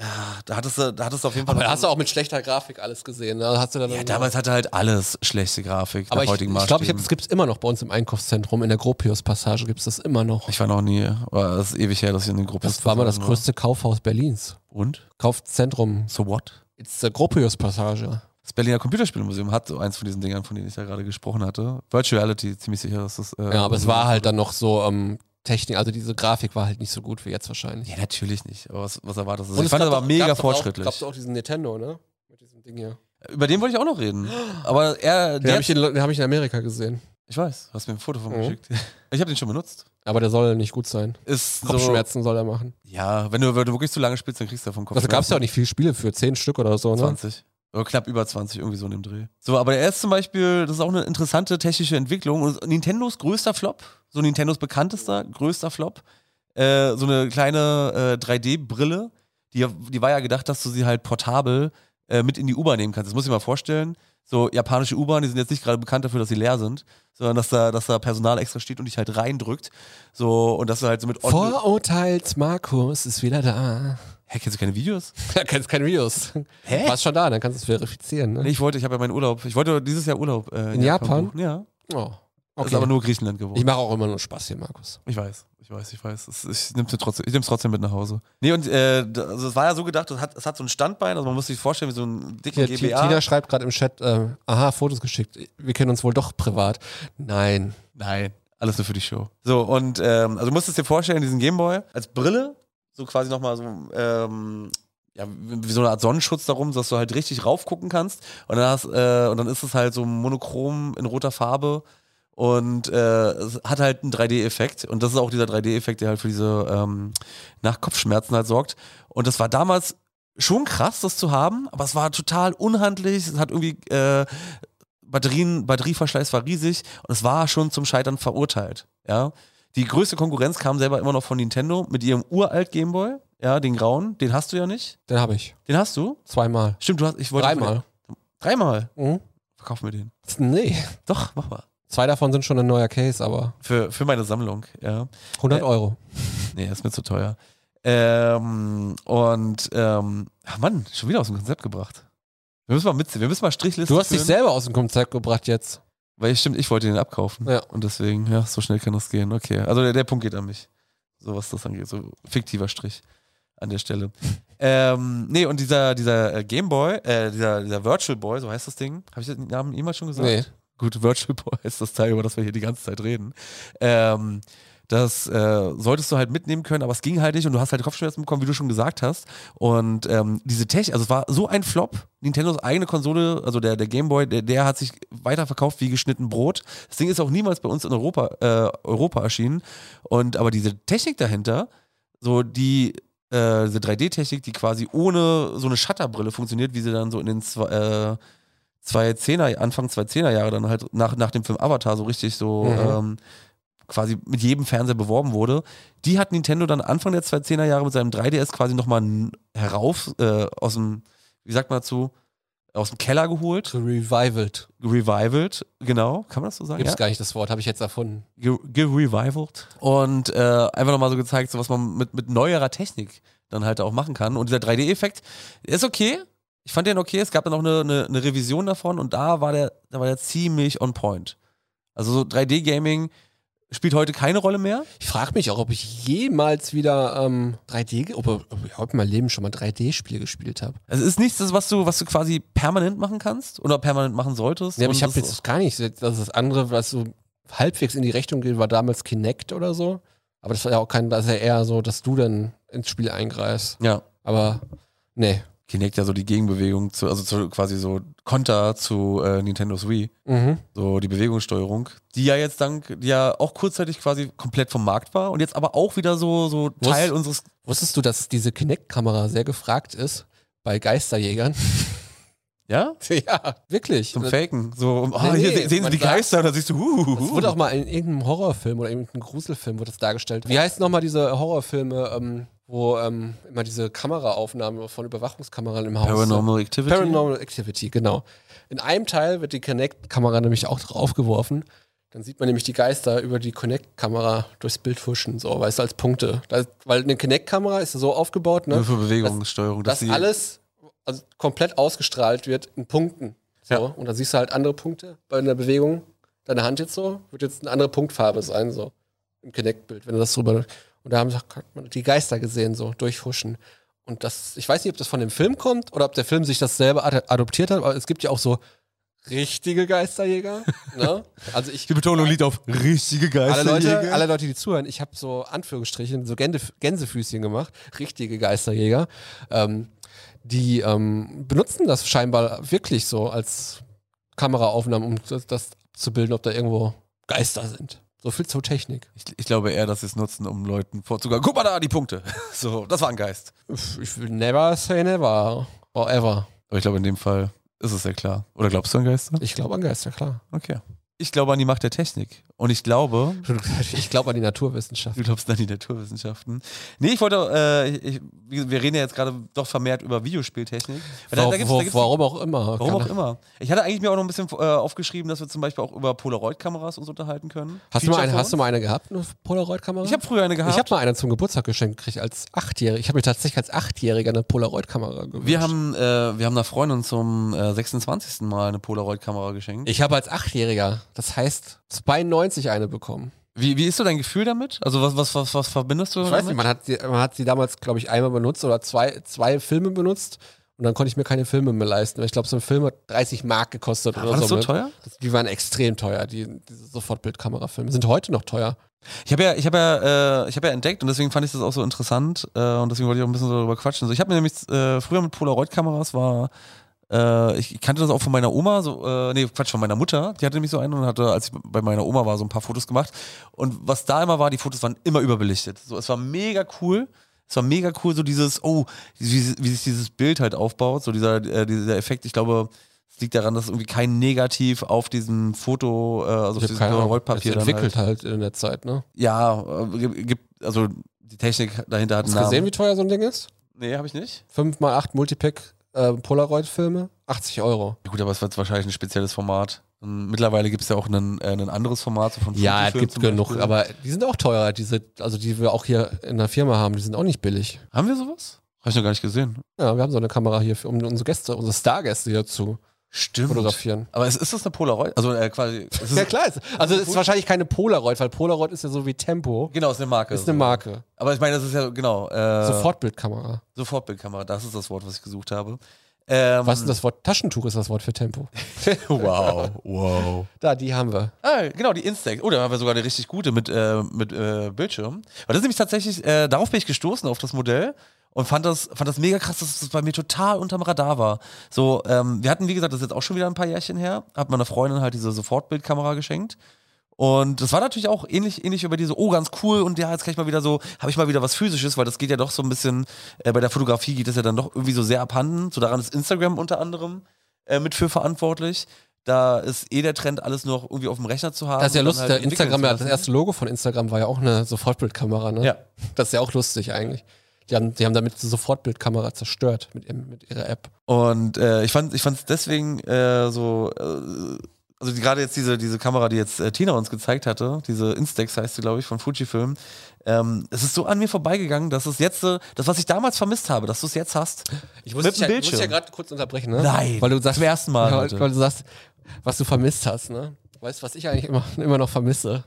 S5: ah, da hattest du, da hattest du auf jeden Fall.
S1: Aber
S5: noch
S1: da hast
S5: so-
S1: du auch mit schlechter Grafik alles gesehen. Ne? Hast du dann
S5: ja, damals hatte halt alles schlechte Grafik
S1: Aber
S5: nach
S1: ich,
S5: heutigen
S1: ich glaube, ich hab-
S5: Maßstäben.
S1: das gibt es immer noch bei uns im Einkaufszentrum. In der Gropius-Passage gibt es das immer noch.
S5: ich war noch nie, aber das ist ewig her, dass ich in der Gruppe
S1: Das war ne? mal das größte Kaufhaus Berlins.
S5: Und?
S1: Kaufzentrum.
S5: So what?
S1: It's der Gropius-Passage.
S5: Das Berliner Computerspielmuseum hat so eins von diesen Dingern, von denen ich da gerade gesprochen hatte. Virtuality, ziemlich sicher, dass das. äh,
S1: Ja, aber es war halt dann noch so ähm, Technik, also diese Grafik war halt nicht so gut wie jetzt wahrscheinlich.
S5: Ja, natürlich nicht. Aber was, was erwartest du?
S1: Und
S5: ich
S1: es
S5: fand
S1: gab
S5: das aber
S1: doch-
S5: mega
S1: gab's doch auch-
S5: fortschrittlich.
S1: Gab's doch auch diesen Nintendo, ne? Mit diesem Ding hier.
S5: Über den wollte ich auch noch reden. Aber er,
S1: Den
S5: der,
S1: habe ich, in- den hab ich in Amerika gesehen.
S5: Ich weiß, du hast mir ein Foto von mir
S1: Mhm.
S5: geschickt. Ich habe den schon benutzt.
S1: Aber der soll nicht gut sein.
S5: Ist so,
S1: Kopfschmerzen soll er machen.
S5: ja, wenn du, wenn du wirklich zu lange spielst, dann kriegst du davon Kopf.
S1: Also gab es ja auch nicht viele Spiele für, zehn Stück oder so, ne?
S5: 20. Oder knapp über 20, irgendwie so in dem Dreh. So, aber der ist zum Beispiel, das ist auch eine interessante technische Entwicklung. Und Nintendos größter Flop, so Nintendos bekanntester, größter Flop, äh, so eine kleine äh, 3D-Brille, die, die war ja gedacht, dass du sie halt portabel äh, mit in die U-Bahn nehmen kannst. Das muss ich mal vorstellen. so japanische U-Bahnen, die sind jetzt nicht gerade bekannt dafür, dass sie leer sind, sondern dass da, dass da Personal extra steht und dich halt reindrückt. So, und dass du halt so mit
S1: Vorurteils Markus ist wieder da.
S5: Hä, kennst du keine Videos?
S1: Da kannst kein Videos. Hä? Warst schon da, dann kannst du es verifizieren. Ne?
S5: Nee, ich wollte, ich habe ja meinen Urlaub. Ich wollte dieses Jahr Urlaub äh,
S1: In Japan?
S5: buchen. Ja.
S1: Oh,
S5: Das
S1: okay.
S5: ist aber nur Griechenland geworden.
S1: ich mache auch immer nur Spaß hier, Markus.
S5: Ich weiß, ich weiß, ich weiß. Es- Ich nehm's, mir trotzdem, ich nehm's trotzdem mit nach Hause. Nee, und äh, d- also es war ja so gedacht, es hat, es hat so ein Standbein, also man muss sich vorstellen, wie so ein dicken
S1: Hier, Ti- Tina
S5: GBA.
S1: schreibt gerade im Chat, äh, aha, Fotos geschickt. Wir kennen uns wohl doch privat. Nein.
S5: Nein, alles nur für die Show. So, und ähm, also du musst es dir vorstellen, diesen Gameboy als Brille, so quasi nochmal so, ähm, ja, wie so eine Art Sonnenschutz darum, dass du halt richtig raufgucken kannst. Und dann, hast, äh, und dann ist es halt so monochrom in roter Farbe. Und äh, es hat halt einen 3D-Effekt. Und das ist auch dieser 3D-Effekt, der halt für diese ähm, nach Kopfschmerzen halt sorgt. Und das war damals schon krass, das zu haben, aber es war total unhandlich. Es hat irgendwie äh, Batterien, Batterieverschleiß war riesig und es war schon zum Scheitern verurteilt. Ja, die größte Konkurrenz kam selber immer noch von Nintendo mit ihrem uralt Gameboy, ja, den grauen. Den hast du ja nicht.
S1: Den habe ich.
S5: Den hast du?
S1: Zweimal.
S5: Stimmt, du hast. Ich wollte
S1: Dreimal.
S5: Dreimal.
S1: Mhm.
S5: Verkauf mir den.
S1: Nee.
S5: Doch, mach mal.
S1: Zwei davon sind schon ein neuer Case, aber
S5: Für, für meine Sammlung, ja.
S1: 100
S5: Äh,
S1: Euro.
S5: Nee, ist mir zu teuer. Ähm, und, ähm, ach Mann, schon wieder aus dem Konzept gebracht. Wir müssen mal mit, wir müssen mal Strichliste
S1: Du hast dich
S5: führen.
S1: selber aus dem Konzept gebracht jetzt.
S5: Weil stimmt, ich wollte den abkaufen.
S1: Ja.
S5: Und deswegen, ja, so schnell kann das gehen. Okay. Also der, der Punkt geht an mich. So was das angeht. So fiktiver Strich an der Stelle. ähm, nee, und dieser, dieser äh, Gameboy, äh, dieser, dieser Virtual Boy, so heißt das Ding. Habe ich den Namen jemals schon gesagt?
S1: Nee.
S5: Gut, Virtual Boy ist das Teil, über das wir hier die ganze Zeit reden. Ähm, das äh, solltest du halt mitnehmen können, aber es ging halt nicht und du hast halt Kopfschmerzen bekommen, wie du schon gesagt hast. Und ähm, diese Tech, also es war so ein Flop. Nintendos eigene Konsole, also der, der Gameboy, der, der hat sich weiterverkauft wie geschnitten Brot. Das Ding ist auch niemals bei uns in Europa, äh, Europa erschienen. Und aber diese Technik dahinter, so die äh, diese 3D-Technik, die quasi ohne so eine Shutterbrille funktioniert, wie sie dann so in den zwei, äh, zwei Zehner, Anfang 2010er Jahre dann halt nach, nach dem Film Avatar so richtig so
S1: Mhm.
S5: ähm, quasi mit jedem Fernseher beworben wurde, die hat Nintendo dann Anfang der 2010er Jahre mit seinem 3DS quasi nochmal n- herauf äh, aus dem, wie sagt man dazu, aus dem Keller geholt,
S1: Revived.
S5: revivalt, genau, kann man das so sagen?
S1: Gibt's
S5: ja?
S1: gar nicht das Wort, habe ich jetzt erfunden.
S5: Ge- gerevivalt und äh, einfach nochmal so gezeigt, so was man mit, mit neuerer Technik dann halt auch machen kann. Und dieser 3D-Effekt ist okay. Ich fand den okay. Es gab dann auch eine, eine, eine Revision davon und da war der, da war der ziemlich on point. Also so 3D-Gaming spielt heute keine Rolle mehr.
S1: Ich frage mich auch, ob ich jemals wieder ähm, 3D, ge- ob, ob ich heute in meinem Leben schon mal 3D-Spiel gespielt habe.
S5: Es ist nichts, das, was du, was du quasi permanent machen kannst oder permanent machen solltest.
S1: Ja, aber
S5: Und
S1: ich habe
S5: das-
S1: jetzt gar nicht, das ist das andere, was so halbwegs in die Richtung geht, war damals Kinect oder so. Aber das war ja auch kein, das ist ja eher so, dass du dann ins Spiel eingreifst.
S5: ja.
S1: Aber nee.
S5: Kinect ja so die Gegenbewegung zu, also zu, quasi so Konter zu äh, Nintendo's Wii.
S1: Mhm.
S5: So die Bewegungssteuerung, die ja jetzt dank, die ja auch kurzzeitig quasi komplett vom Markt war und jetzt aber auch wieder so, so
S1: Was?
S5: Teil unseres.
S1: Wusstest du, dass diese Kinect-Kamera sehr gefragt ist bei Geisterjägern?
S5: Ja?
S1: ja, wirklich.
S5: Zum Faken. So, um, ah,
S1: Nee,
S5: hier
S1: nee,
S5: se- sehen sie
S1: man
S5: die
S1: sagt-
S5: Geister und dann siehst du, hu, hu,
S1: Das
S5: hu.
S1: wurde auch mal in irgendeinem Horrorfilm oder irgendeinem Gruselfilm wurde das dargestellt. Wie heißt nochmal diese Horrorfilme, ähm, wo ähm, immer diese Kameraaufnahmen von Überwachungskameran im Haus sind?
S5: Paranormal Activity.
S1: Paranormal Activity, genau. In einem Teil wird die Connect-Kamera nämlich auch draufgeworfen. Dann sieht man nämlich die Geister über die Connect-Kamera durchs Bild huschen, so, weißt du, als Punkte. Da, weil eine Connect-Kamera ist so aufgebaut, ne?
S5: Nur für Bewegungssteuerung.
S1: dass
S5: sie-
S1: alles also komplett ausgestrahlt wird in Punkten. So.
S5: Ja.
S1: Und dann siehst du halt andere Punkte bei einer Bewegung. Deine Hand jetzt so, wird jetzt eine andere Punktfarbe sein, so im Kinect-Bild, wenn du das drüber. Und da haben hat man die Geister gesehen, so durchhuschen. Und das, ich weiß nicht, ob das von dem Film kommt oder ob der Film sich das selber ad adoptiert hat, aber es gibt ja auch so richtige Geisterjäger. ne? Also ich
S5: Die Betonung liegt auf richtige Geister.
S1: alle Leute, alle Leute, die zuhören, ich habe so Anführungsstrichen, so Gänse- Gänsefüßchen gemacht, richtige Geisterjäger. Ähm, die ähm, benutzen das scheinbar wirklich so als Kameraaufnahmen, um das, das abzubilden, ob da irgendwo Geister sind. So viel zur Technik.
S5: ich, ich glaube eher, dass sie es nutzen, um Leuten vorzugaben. Guck mal da, die Punkte. So, das war ein Geist.
S1: Pff, Ich will never say never or ever.
S5: Aber ich glaube, in dem Fall ist es ja klar. Oder glaubst du an Geister?
S1: Ich glaube an Geister, klar.
S5: Okay. Ich glaube an die Macht der Technik. Und ich glaube,
S1: Ich glaube an die Naturwissenschaft.
S5: Du glaubst an die Naturwissenschaften. Nee, ich wollte, äh, ich, ich- wir reden ja jetzt gerade doch vermehrt über Videospieltechnik. Weil Da, da gibt's, da
S1: Wo-
S5: gibt's, warum
S1: warum auch immer.
S5: auch
S1: Keine-
S5: immer. Ich hatte eigentlich mir auch noch ein bisschen äh, aufgeschrieben, dass wir zum Beispiel auch über Polaroid-Kameras uns unterhalten können.
S1: Hast du, mal eine,
S5: Feature-Phone?
S1: hast du mal eine gehabt, eine Polaroid-Kamera?
S5: Ich habe früher eine gehabt.
S1: Ich habe mal eine zum Geburtstag geschenkt gekriegt als Achtjähriger. Ich habe mir tatsächlich als Achtjähriger eine Polaroid-Kamera gewünscht.
S5: wir haben, äh, wir haben einer Freundin zum äh, 26. Mal eine Polaroid-Kamera geschenkt.
S1: ich habe als Achtjähriger, das heißt 92 eine bekommen.
S5: Wie, wie ist so dein Gefühl damit? Also was, was, was, was verbindest du
S1: Ich
S5: damit?
S1: weiß nicht, man hat sie, man hat sie damals, glaube ich, einmal benutzt oder zwei, zwei Filme benutzt und dann konnte ich mir keine Filme mehr leisten. Ich glaube, so ein Film hat 30 Mark gekostet
S5: War
S1: oder
S5: das so
S1: ne?
S5: teuer?
S1: Das- Die waren extrem teuer, die, diese Sofortbildkamerafilme. Sind heute noch teuer.
S5: Ich habe ja, ich habe ja, äh, ich habe ja entdeckt und deswegen fand ich das auch so interessant äh, und deswegen wollte ich auch ein bisschen so darüber quatschen. So, ich habe mir nämlich äh, früher mit Polaroid-Kameras war, äh, ich kannte das auch von meiner Oma, so, äh, nee, Quatsch, von meiner Mutter. Die hatte nämlich so einen und hatte, als ich bei meiner Oma war, so ein paar Fotos gemacht. Und was da immer war, die Fotos waren immer überbelichtet. So, es war mega cool. Es war mega cool, so dieses, oh, wie, wie sich dieses Bild halt aufbaut, so dieser, äh, dieser Effekt. Ich glaube, es liegt daran, dass irgendwie kein Negativ auf diesem Foto, äh, also auf
S1: Ich hab
S5: diesem Polaroid-Papier
S1: das
S5: dann
S1: entwickelt halt. in der Zeit, ne?
S5: ja, äh, gibt- gibt, also die Technik dahinter hat
S1: Hast
S5: einen
S1: du
S5: Namen.
S1: gesehen, wie teuer so ein Ding ist?
S5: nee, habe ich nicht.
S1: 5x8 Multipack äh, Polaroid-Filme, 80 Euro.
S5: Ja, gut, aber es wird wahrscheinlich ein spezielles Format. Und mittlerweile gibt es ja auch einen, äh, ein anderes Format so von
S1: Ja, es
S5: Fujifilm
S1: gibt
S5: zum
S1: genug,
S5: Beispiel.
S1: aber die sind auch teurer, diese, also die wir auch hier in der Firma haben, die sind auch nicht billig.
S5: Haben wir sowas? Habe ich noch gar nicht gesehen.
S1: Ja, wir haben so eine Kamera hier, für, um unsere Gäste, unsere Stargäste hier zu
S5: Stimmt.
S1: fotografieren.
S5: Aber ist, ist das eine Polaroid? Also äh, quasi. Es ist,
S1: Ja klar, ist, also es ist wahrscheinlich keine Polaroid, weil Polaroid ist ja so wie Tempo,
S5: Genau, ist eine Marke.
S1: ist eine
S5: so.
S1: Marke,
S5: Aber ich meine, das ist ja, genau. Äh,
S1: Sofortbildkamera.
S5: Sofortbildkamera, das ist das Wort, was ich gesucht habe. Ähm,
S1: Was ist denn das Wort? Taschentuch ist das Wort für Tempo.
S5: Wow, wow.
S1: Da, die haben wir.
S5: Ah, genau, die Instax. Oh, da haben wir sogar eine richtig gute mit, äh, mit äh, Bildschirm. Weil das ist nämlich tatsächlich, äh, darauf bin ich gestoßen, auf das Modell. Und fand das, fand das mega krass, dass das bei mir total unterm Radar war. So, ähm, wir hatten, wie gesagt, das ist jetzt auch schon wieder ein paar Jährchen her, hat meiner Freundin halt diese Sofortbildkamera geschenkt. Und das war natürlich auch ähnlich, ähnlich über diese, oh, ganz cool, und ja, jetzt kann ich mal wieder so, habe ich mal wieder was Physisches, weil das geht ja doch so ein bisschen, äh, bei der Fotografie geht das ja dann doch irgendwie so sehr abhanden. So daran ist Instagram unter anderem äh, mit für verantwortlich. Da ist eh der Trend, alles nur noch irgendwie auf dem Rechner zu haben.
S1: Das ist ja
S5: und dann halt
S1: lustig, der
S5: entwickeln
S1: Instagram,
S5: zu
S1: ja,
S5: lassen.
S1: das erste Logo von Instagram war ja auch eine Sofortbildkamera, ne?
S5: Ja.
S1: Das ist ja auch lustig eigentlich. Die haben, die haben damit die Sofortbildkamera zerstört mit, ihrem- mit ihrer App.
S5: Und äh, ich fand es deswegen äh, so, äh, also die- gerade jetzt diese, diese Kamera, die jetzt äh, Tina uns gezeigt hatte, diese Instax heißt sie, glaube ich, von Fujifilm, ähm, es ist so an mir vorbeigegangen, dass es jetzt, äh, das, was ich damals vermisst habe, dass du es jetzt hast.
S1: Ich
S5: muss Mit dich ja- dem
S1: ja,
S5: Bildschirm. muss dich ja
S1: gerade kurz unterbrechen, ne?
S5: Nein.
S1: Weil du sagst,
S5: Zum ersten Mal
S1: Ja,
S5: heute.
S1: weil, weil du sagst, was du vermisst hast, ne? Weißt du, was ich eigentlich immer, immer noch vermisse?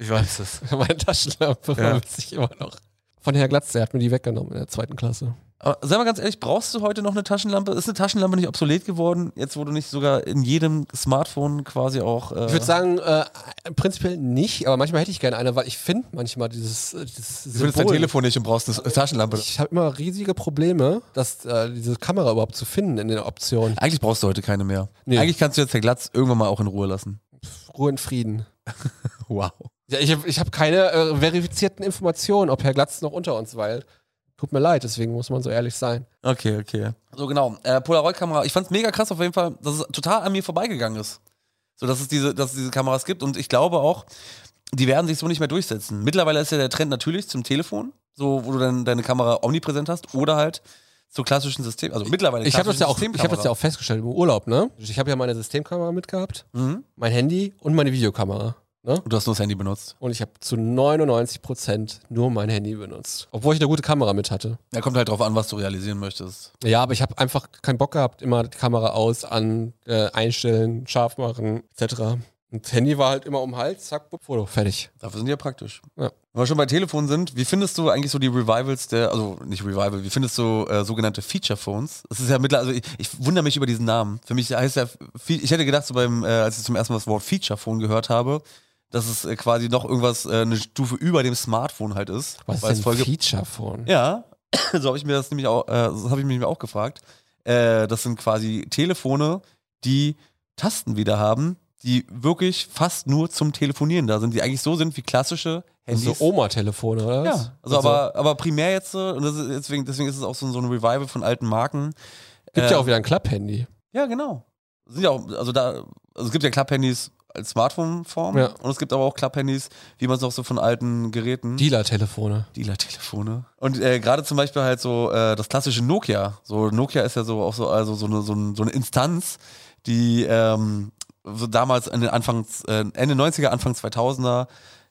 S5: Ich weiß es.
S1: Meine Taschenlampe
S5: Ja.
S1: vermisse ich immer noch. Von Herr Glatz, der hat mir die weggenommen in der zweiten Klasse.
S5: Aber sei mal ganz ehrlich, brauchst du heute noch eine Taschenlampe? Ist eine Taschenlampe nicht obsolet geworden, jetzt wo du nicht sogar in jedem Smartphone quasi auch. Äh,
S1: Ich würde sagen, äh, prinzipiell nicht, aber manchmal hätte ich gerne eine, weil ich finde manchmal dieses, äh, dieses
S5: du findest dein Telefon nicht und brauchst eine S- Taschenlampe.
S1: Ich habe immer riesige Probleme, dass äh, diese Kamera überhaupt zu finden in den Optionen.
S5: Eigentlich brauchst du heute keine mehr.
S1: Nee.
S5: Eigentlich kannst du jetzt Herr Glatz irgendwann mal auch in Ruhe lassen.
S1: Ruhe in Frieden.
S5: Wow.
S1: Ja, ich habe ich hab keine äh, verifizierten Informationen, ob Herr Glatz noch unter uns weilt. Tut mir leid, deswegen muss man so ehrlich sein.
S5: Okay, okay. So genau. Äh, Polaroid-Kamera. Ich fand's mega krass auf jeden Fall, dass es total an mir vorbeigegangen ist. So, dass es diese, dass es diese Kameras gibt und ich glaube auch, die werden sich so nicht mehr durchsetzen. Mittlerweile ist ja der Trend natürlich zum Telefon, so wo du dann deine Kamera omnipräsent hast oder halt zu klassischen Systemen. Also mittlerweile.
S1: Ich habe das, ja auch- ich
S5: klassische
S1: hab das ja auch festgestellt im Urlaub, ne? Ich habe ja meine Systemkamera mitgehabt,
S5: Systemkamera. Mhm.
S1: mein Handy und meine Videokamera. Ne?
S5: Und du hast nur das Handy benutzt.
S1: Und ich habe zu 99% nur mein Handy benutzt. Obwohl ich eine gute Kamera mit hatte.
S5: Da kommt halt drauf an, was du realisieren möchtest.
S1: Ja, aber ich habe einfach keinen Bock gehabt, immer die Kamera aus, an, äh, einstellen, scharf machen, etc. Und das Handy war halt immer um den Hals, zack, bupp, Foto, fertig.
S5: Dafür sind die ja praktisch.
S1: Ja.
S5: Wenn wir schon bei Telefon sind, wie findest du eigentlich so die Revivals der, also nicht Revival, wie findest du äh, sogenannte Feature-Phones? Es ist ja mittlerweile, also ich, ich wundere mich über diesen Namen. Für mich heißt ja, Fe- ich hätte gedacht, so beim, äh, als ich zum ersten Mal das Wort Feature-Phone gehört habe, dass es äh, quasi noch irgendwas, äh, eine Stufe über dem Smartphone halt ist.
S1: Was
S5: Weil
S1: ist
S5: es
S1: denn
S5: voll
S1: ein
S5: ge-
S1: Feature-Phone?
S5: Ja, so habe ich mir das nämlich auch, äh, das habe ich mich auch gefragt. Äh, das sind quasi Telefone, die Tasten wieder haben, die wirklich fast nur zum Telefonieren da sind, die eigentlich so sind wie klassische Handys.
S1: So Oma-Telefone, oder?
S5: ja,
S1: was?
S5: also, aber, aber primär jetzt, äh, und das ist deswegen, deswegen ist es auch so, so ein Revival von alten Marken.
S1: Gibt
S5: äh, hm?
S1: ja auch wieder ein Club-Handy.
S5: Ja, genau. Sind ja auch, also da, also es gibt ja Club-Handys als Smartphone-Form.
S1: Ja.
S5: Und es gibt aber auch Klapphandys, wie man es noch so von alten Geräten.
S1: Dealer-Telefone.
S5: Dealer-Telefone. Und äh, gerade zum Beispiel halt so äh, das klassische Nokia. So Nokia ist ja so auch so, also so, eine, so, ein, so eine Instanz, die ähm, so damals in den Anfangs, äh, Ende 90er, Anfang 2000er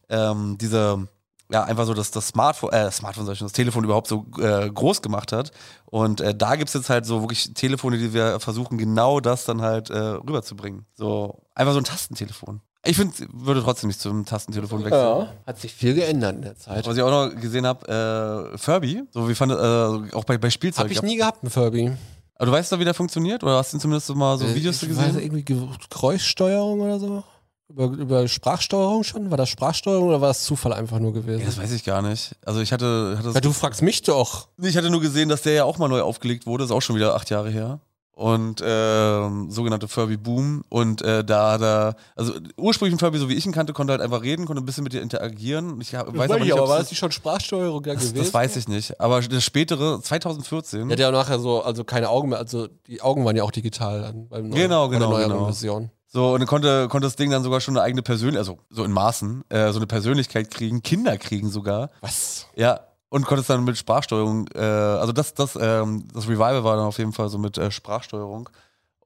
S5: ähm, diese, ja einfach so das, das Smartphone, äh, Smartphone sag ich schon, das Telefon überhaupt so äh, groß gemacht hat. Und äh, da gibt's jetzt halt so wirklich Telefone, die wir versuchen, genau das dann halt äh, rüberzubringen. So einfach so ein Tastentelefon. Ich finde, würde trotzdem nicht zum Tastentelefon wechseln.
S1: Hat sich viel geändert in der Zeit.
S5: Was ich auch noch gesehen habe, äh, Furby, so wie fand äh, auch bei, bei Spielzeug.
S1: Hab ich nie gehabt, einen Furby.
S5: Aber du weißt doch, wie der funktioniert? Oder hast du zumindest so mal so Videos
S1: Äh, ich
S5: gesehen?
S1: Weiß, irgendwie Ge- Geräuschsteuerung oder so? Über, über Sprachsteuerung schon? War das Sprachsteuerung oder war das Zufall einfach nur gewesen?
S5: ja, das weiß ich gar nicht. Also ich hatte, hatte
S1: ja, du fragst mich doch.
S5: ich hatte nur gesehen, dass der ja auch mal neu aufgelegt wurde, ist auch schon wieder acht Jahre her. Und ähm, sogenannte Furby Boom. Und äh, da hat er, also ursprünglich ein Furby, so wie ich ihn kannte, konnte halt einfach reden, konnte ein bisschen mit dir interagieren. Und Ich hab, weiß aber nicht, ob
S1: war
S5: das,
S1: das nicht schon Sprachsteuerung da
S5: das,
S1: gewesen?
S5: das weiß ich nicht. Aber das spätere, 2014,
S1: Der hat ja nachher so, also keine Augen mehr, also die Augen waren ja auch digital dann beim
S5: Genau,
S1: bei der
S5: genau,
S1: neueren
S5: genau.
S1: Version.
S5: So, und dann konnte, konnte das Ding dann sogar schon eine eigene Persönlichkeit, also so in Maßen, äh, so eine Persönlichkeit kriegen, Kinder kriegen sogar.
S1: Was?
S5: Ja. Und konnte es dann mit Sprachsteuerung, äh, also das, das, ähm, das Revival war dann auf jeden Fall so mit äh, Sprachsteuerung.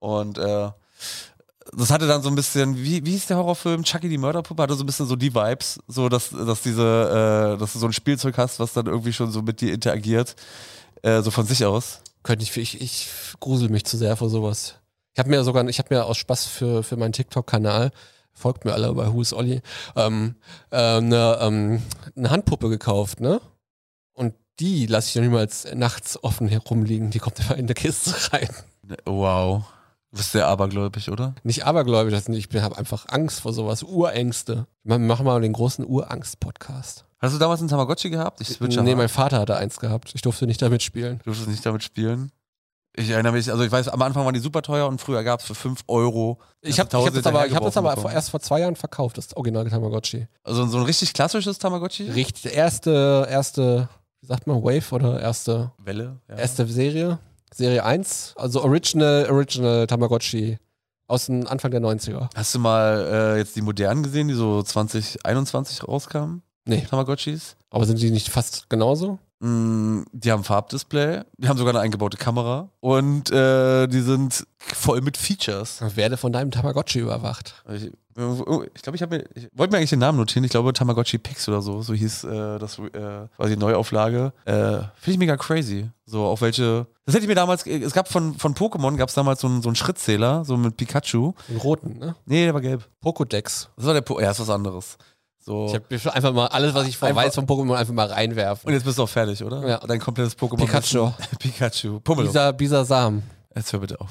S5: Und äh, das hatte dann so ein bisschen, wie, wie hieß der Horrorfilm? Chucky die Mörderpuppe hatte so ein bisschen so die Vibes, so dass, dass diese, äh, dass du so ein Spielzeug hast, was dann irgendwie schon so mit dir interagiert, äh, so von sich aus.
S1: Könnte ich, ich, ich grusel mich zu sehr vor sowas. Ich habe mir sogar, ich habe mir aus Spaß für, für meinen TikTok-Kanal, folgt mir alle bei Who's Olli, ähm, äh, eine, ähm, eine Handpuppe gekauft, ne? Und die lasse ich dann niemals nachts offen herumliegen. Die kommt immer in der Kiste rein.
S5: Wow. Du bist sehr abergläubig, oder?
S1: Nicht abergläubig, das nicht. ich habe einfach Angst vor sowas. Urängste. Wir machen mal den großen Urangst-Podcast.
S5: Hast du damals einen Tamagotchi gehabt? Ich switche
S1: Nee,
S5: mal.
S1: mein Vater hatte eins gehabt. Ich durfte nicht damit spielen.
S5: Du durftest nicht damit spielen. Ich erinnere mich, also ich weiß, am Anfang waren die super teuer und früher gab es für 5 Euro.
S1: Ich habe hab
S5: Tausend
S1: das aber, ich hab das aber
S5: hinterhergeworfen
S1: erst vor zwei Jahren verkauft, das Original Tamagotchi.
S5: Also so ein richtig klassisches Tamagotchi.
S1: Richtig, erste, erste, wie sagt man, Wave oder erste,
S5: Welle. Ja.
S1: erste Serie, Serie 1, also Original, Original Tamagotchi aus dem Anfang der 90er.
S5: Hast du mal äh, jetzt die modernen gesehen, die so 2021 rauskamen?
S1: Nee.
S5: Tamagotchis?
S1: Aber sind die nicht fast genauso?
S5: Mm, die haben Farbdisplay, die haben sogar eine eingebaute Kamera und äh, die sind voll mit Features.
S1: Werde von deinem Tamagotchi überwacht.
S5: Ich glaube, ich, glaub, ich, hab mir- ich wollte mir eigentlich den Namen notieren. Ich glaube, Tamagotchi Pix oder so, so hieß äh, das, äh, war die Neuauflage. Äh, Finde ich mega crazy. So, auf welche. Das hätte ich mir damals. äh, Es gab von, von Pokémon, gab es damals so einen, so einen Schrittzähler, so mit Pikachu.
S1: Den roten, ne?
S5: Nee, der war gelb.
S1: Pokédex.
S5: Das war der po Ja, ist was anderes. So.
S1: Ich habe einfach mal alles, was ich von
S5: Einfach-
S1: weiß von Pokémon, einfach mal reinwerfen.
S5: Und jetzt bist du auch fertig, oder?
S1: Ja.
S5: Dein komplettes Pokémon.
S1: Pikachu.
S5: Pikachu. Pummel.
S1: Bisa, Bisa Sam,
S5: Jetzt hör bitte auf.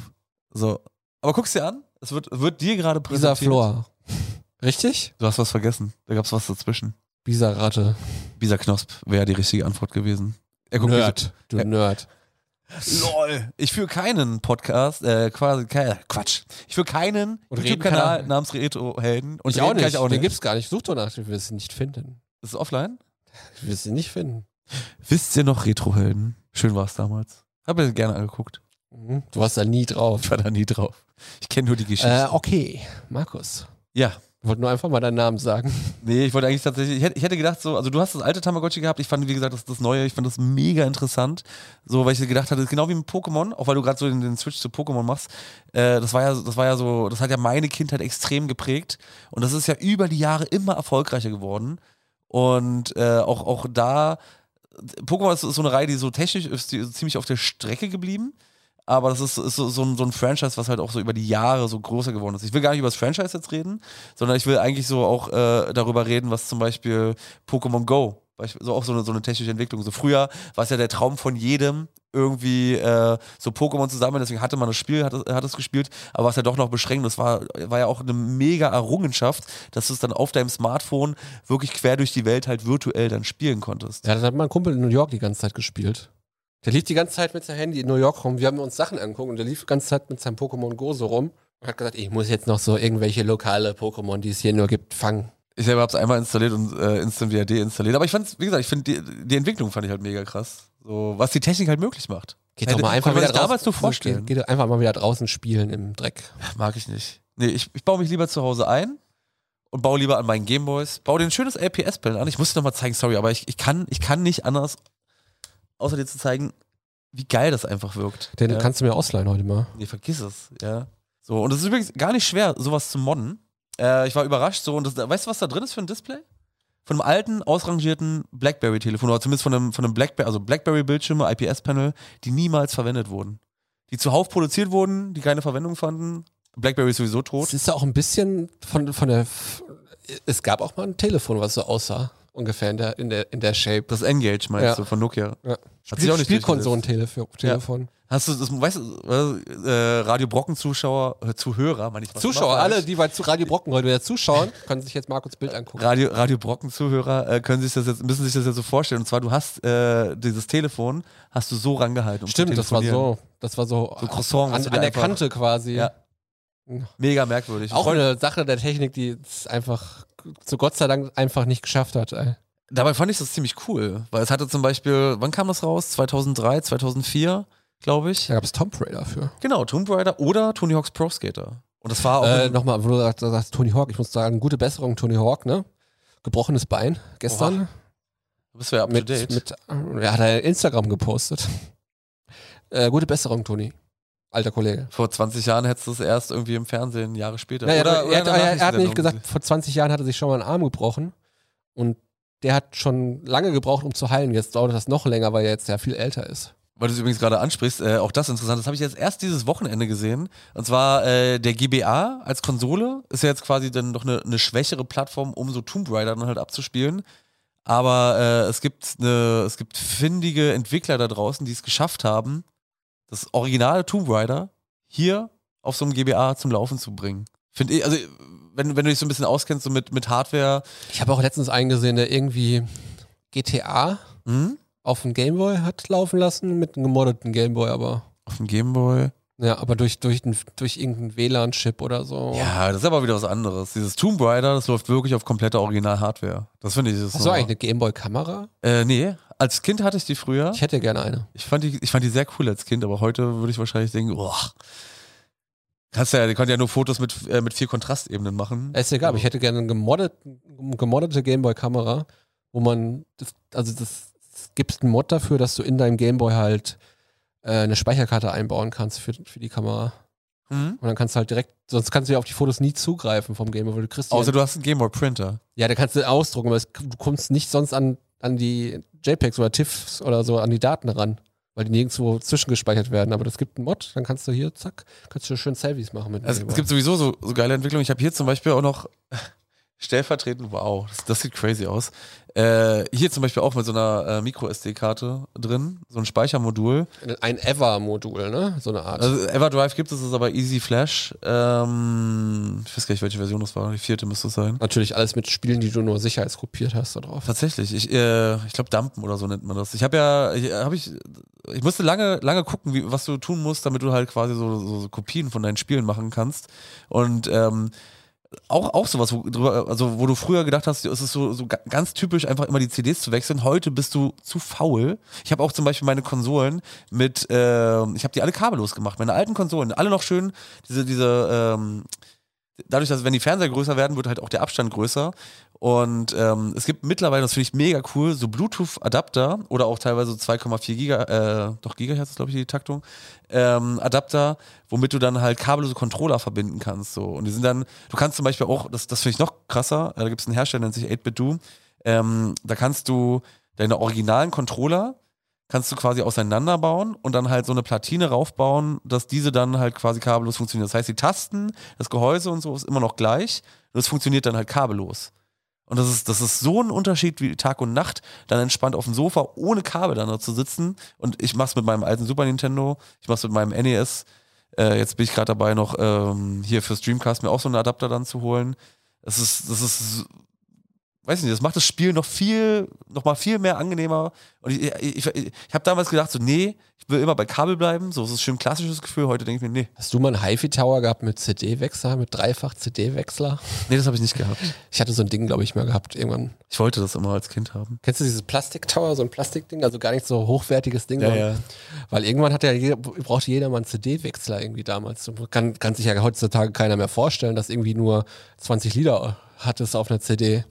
S5: So. Aber guck's dir an. Es wird, wird dir gerade
S1: Bisa
S5: präsentiert.
S1: Flor. Richtig?
S5: Du hast was vergessen. Da gab's was dazwischen.
S1: Bisa Ratte.
S5: Bisa Knosp wäre die richtige Antwort gewesen. Er guckt
S1: Nerd. Du
S5: Ja.
S1: Nerd.
S5: LOL. Ich führe keinen Podcast, äh, quasi, ke- Quatsch. Ich führe keinen
S1: Und
S5: YouTube-Kanal
S1: Redenkanal.
S5: namens Retro-Helden. Und
S1: ich auch
S5: reden kann
S1: nicht.
S5: auch
S1: Den
S5: nicht.
S1: gibt's gar nicht. Such doch nach, wir wirst ihn nicht finden.
S5: Ist es offline?
S1: Wir wirst ihn nicht finden.
S5: Wisst ihr noch Retro-Helden? Schön war's damals. Hab mir gerne angeguckt.
S1: Mhm. Du warst da nie drauf.
S5: Ich war da nie drauf. Ich kenne nur die Geschichte.
S1: Äh, okay, Markus.
S5: ja.
S1: Ich wollte nur einfach mal deinen Namen sagen.
S5: Nee, ich wollte eigentlich tatsächlich, ich hätte, ich hätte gedacht so, also du hast das alte Tamagotchi gehabt, ich fand, wie gesagt, das, das neue, ich fand das mega interessant, so, weil ich gedacht hatte, das ist genau wie mit Pokémon, auch weil du gerade so den, den Switch zu Pokémon machst, äh, das war ja, das war ja so, das hat ja meine Kindheit extrem geprägt und das ist ja über die Jahre immer erfolgreicher geworden und äh, auch, auch da, Pokémon ist, ist so eine Reihe, die so technisch ist, die ist ziemlich auf der Strecke geblieben, aber das ist, ist so, so, ein, so ein Franchise, was halt auch so über die Jahre so größer geworden ist. Ich will gar nicht über das Franchise jetzt reden, sondern ich will eigentlich so auch äh, darüber reden, was zum Beispiel Pokémon Go, beisp- so auch so eine, so eine technische Entwicklung. So früher war es ja der Traum von jedem, irgendwie äh, so Pokémon zu sammeln, deswegen hatte man das Spiel, hat, es- hat es gespielt, aber was ja doch noch beschränkt, das war, war ja auch eine mega Errungenschaft, dass du es dann auf deinem Smartphone wirklich quer durch die Welt halt virtuell dann spielen konntest.
S1: Ja, das hat mein Kumpel in New York die ganze Zeit gespielt. Der lief die ganze Zeit mit seinem Handy in New York rum. Wir haben uns Sachen angeguckt und der lief die ganze Zeit mit seinem Pokémon Go so rum und hat gesagt, ich muss jetzt noch so irgendwelche lokale Pokémon, die es hier nur gibt, fangen.
S5: Ich selber hab's einmal installiert und äh, Instant wieder deinstalliert. Aber ich fand's, wie gesagt, ich finde die, die Entwicklung fand ich halt mega krass. So, was die Technik halt möglich macht.
S1: Geht
S5: Hätte-
S1: doch mal einfach
S5: konnte man
S1: wieder
S5: sich damals nur vorstellen.
S1: Geht, geht doch einfach mal wieder draußen spielen im Dreck.
S5: Mag ich nicht. Nee, ich, ich baue mich lieber zu Hause ein und baue lieber an meinen Gameboys. Baue dir ein schönes LPS-Panel an. Ich muss dir nochmal zeigen, sorry, aber ich, ich, kann, ich kann nicht anders, außer dir zu zeigen, wie geil das einfach wirkt.
S1: Den
S5: ja.
S1: kannst du mir ausleihen heute mal.
S5: Nee, vergiss es, ja. So, und es ist übrigens gar nicht schwer, sowas zu modden. Äh, ich war überrascht, so, und das, weißt du, was da drin ist für ein Display? Von einem alten, ausrangierten Blackberry-Telefon, oder zumindest von einem, von einem Blackberry, also Blackberry-Bildschirme, IPS-Panel, die niemals verwendet wurden. Die zuhauf produziert wurden, die keine Verwendung fanden. Blackberry ist sowieso
S1: Es
S5: tot.
S1: ist ja auch ein bisschen von, von der. F es gab auch mal ein Telefon, was so aussah, ungefähr in der, in der, in der Shape.
S5: Das Engage, meinst
S1: Ja.
S5: du, von Nokia.
S1: Ja.
S5: Hat sich auch nicht
S1: Spielkonsolentelefon. Telefon.
S5: Hast du das, weißt du, äh, Radio Brocken-Zuschauer, äh, Zuhörer, meine ich. was
S1: Zuschauer,
S5: immer falsch.
S1: alle, die bei zu Radio Brocken heute wieder zuschauen, können sich jetzt Markus Bild angucken.
S5: Radio, Radio Brocken-Zuhörer äh, können sich das jetzt, müssen sich das jetzt so vorstellen. Und zwar, du hast äh, dieses Telefon, hast du so rangehalten. Um zu
S1: Stimmt, das war
S5: telefonieren.
S1: so. Das war so,
S5: So Croissant, was
S1: an,
S5: du dir
S1: an der
S5: einfach-
S1: Kante quasi.
S5: Ja. Mega merkwürdig.
S1: Auch
S5: Freunde,
S1: eine Sache der Technik, die es einfach zu Gott sei Dank einfach nicht geschafft hat. Ey.
S5: dabei fand ich das ziemlich cool, weil es hatte zum Beispiel, wann kam das raus? 2003, 2004, glaube ich.
S1: Da gab es Tomb Raider für.
S5: Genau, Tomb Raider oder Tony Hawk's Pro Skater. Und das war auch.
S1: Äh,
S5: ein-
S1: Nochmal, wo du sagst, sagst, Tony Hawk, ich muss sagen, gute Besserung, Tony Hawk, ne? Gebrochenes Bein gestern.
S5: bist du ja up to
S1: mit,
S5: date.
S1: mit, äh, er hat er Instagram gepostet. Äh, gute Besserung, Toni. Alter Kollege.
S5: Vor 20 Jahren hättest du es erst irgendwie im Fernsehen Jahre später.
S1: Naja,
S5: Oder-
S1: er,
S5: oder
S1: hat-
S5: in
S1: er,
S5: einer
S1: er hat nämlich
S5: Nachrichtensendung.
S1: gesagt, vor 20 Jahren hat er sich schon mal einen Arm gebrochen und der hat schon lange gebraucht, um zu heilen. Jetzt dauert das noch länger, weil er jetzt ja viel älter ist.
S5: Weil du es übrigens gerade ansprichst, äh, auch das interessant, das habe ich jetzt erst dieses Wochenende gesehen. Und zwar äh, der GBA als Konsole ist ja jetzt quasi dann doch eine, eine schwächere Plattform, um so Tomb Raider dann halt abzuspielen. Aber äh, es, gibt eine, es gibt findige Entwickler da draußen, die es geschafft haben, das originale Tomb Raider hier auf so einem GBA zum Laufen zu bringen. Finde ich, also wenn, wenn du dich so ein bisschen auskennst, so mit, mit Hardware.
S1: Ich habe auch letztens einen gesehen, der irgendwie GTA
S5: Hm?
S1: auf dem Gameboy hat laufen lassen, mit einem gemoddeten Gameboy aber.
S5: Auf dem Gameboy.
S1: Ja, aber durch, durch, den- durch irgendeinen WLAN-Chip oder so.
S5: Ja, das ist aber wieder was anderes. Dieses Tomb Raider, das läuft wirklich auf kompletter Original-Hardware. Das finde ich. Das ist
S1: Hast du
S5: nochmal-
S1: eigentlich eine Gameboy-Kamera?
S5: Äh, nee, als Kind hatte ich die früher.
S1: Ich hätte gerne eine.
S5: Ich fand die, ich fand die sehr cool als Kind, aber heute würde ich wahrscheinlich denken, boah. Kannst ja, die konnte ja nur Fotos mit, äh, mit vier Kontrastebenen machen.
S1: Ist egal, aber ich hätte gerne eine gemoddete, gemoddete Gameboy-Kamera, wo man, das, also das, es gibt einen Mod dafür, dass du in deinem Gameboy halt äh, eine Speicherkarte einbauen kannst für, für die Kamera.
S5: Hm?
S1: Und dann kannst du halt direkt, sonst kannst du ja auf die Fotos nie zugreifen vom Gameboy, weil du kriegst die
S5: Außer du hast einen Gameboy Printer.
S1: ja, da kannst du ausdrucken, aber es, du kommst nicht sonst an, an die JPEGs oder TIFFs oder so an die Daten ran, weil die nirgendwo zwischengespeichert werden. Aber das gibt einen Mod, dann kannst du hier, zack, kannst du schön Selfies machen mit dem
S5: Also, es
S1: Gameboy.
S5: gibt sowieso so, so geile Entwicklungen. Ich habe hier zum Beispiel auch noch stellvertretend, wow, das, das sieht crazy aus. Äh, hier zum Beispiel auch mit so einer äh, Micro-SD-Karte drin, so ein Speichermodul.
S1: Ein Ever-Modul, ne? So eine Art.
S5: Also Everdrive gibt es, es ist aber Easy Flash. Ähm, ich weiß gar nicht, welche Version das war. Die vierte müsste es sein.
S1: Natürlich alles mit Spielen, die du nur sicherheitskopiert hast da drauf.
S5: Tatsächlich, ich, äh, ich glaube Dumpen oder so nennt man das. Ich habe ja, ich, äh, hab ich, ich musste lange, lange gucken, wie, was du tun musst, damit du halt quasi so, so, so Kopien von deinen Spielen machen kannst. Und ähm, auch, auch sowas, wo, drüber, also wo du früher gedacht hast, es ist so, so ga- ganz typisch, einfach immer die CDs zu wechseln. Heute bist du zu faul. Ich habe auch zum Beispiel meine Konsolen mit, ähm, ich habe die alle kabellos gemacht, meine alten Konsolen, alle noch schön, diese, diese, ähm, dadurch, dass wenn die Fernseher größer werden, wird halt auch der Abstand größer. Und ähm, es gibt mittlerweile, das finde ich mega cool, so Bluetooth-Adapter oder auch teilweise so 2,4 Giga, äh, doch Gigahertz ist, glaube ich, die Taktung, ähm, Adapter, womit du dann halt kabellose Controller verbinden kannst. So. Und die sind dann, du kannst zum Beispiel auch, das, das finde ich noch krasser, äh, da gibt es einen Hersteller, der nennt sich 8-Bit-Do, ähm, da kannst du deine originalen Controller kannst du quasi auseinanderbauen und dann halt so eine Platine raufbauen, dass diese dann halt quasi kabellos funktionieren. Das heißt, die Tasten, das Gehäuse und so ist immer noch gleich, nur es funktioniert dann halt kabellos. Und das ist, das ist so ein Unterschied wie Tag und Nacht, dann entspannt auf dem Sofa ohne Kabel dann noch zu sitzen. Und ich mach's mit meinem alten Super Nintendo, ich mach's mit meinem NES. Äh, jetzt bin ich gerade dabei, noch ähm, hier fürs Dreamcast mir auch so einen Adapter dann zu holen. Das ist, das ist weiß ich nicht, das macht das Spiel noch viel, noch mal viel mehr angenehmer. Und ich, ich, ich, ich habe damals gedacht, so, nee, ich will immer bei Kabel bleiben, so es ist schön klassisches Gefühl. Heute denke ich mir, nee,
S1: Hast du mal einen HiFi-Tower gehabt mit CD-Wechsler, mit dreifach CD-Wechsler?
S5: nee, das habe ich nicht gehabt.
S1: Ich hatte so ein Ding, glaube ich, mal gehabt irgendwann.
S5: Ich wollte das immer als Kind haben.
S1: Kennst du dieses Plastik-Tower, so ein Plastikding, also gar nicht so hochwertiges Ding,
S5: Ja,
S1: sondern-
S5: ja.
S1: weil irgendwann hat ja jeder, brauchte jeder mal einen CD-Wechsler irgendwie damals. So Kann, kann sich ja heutzutage keiner mehr vorstellen, dass irgendwie nur 20 Lieder hattest auf einer CD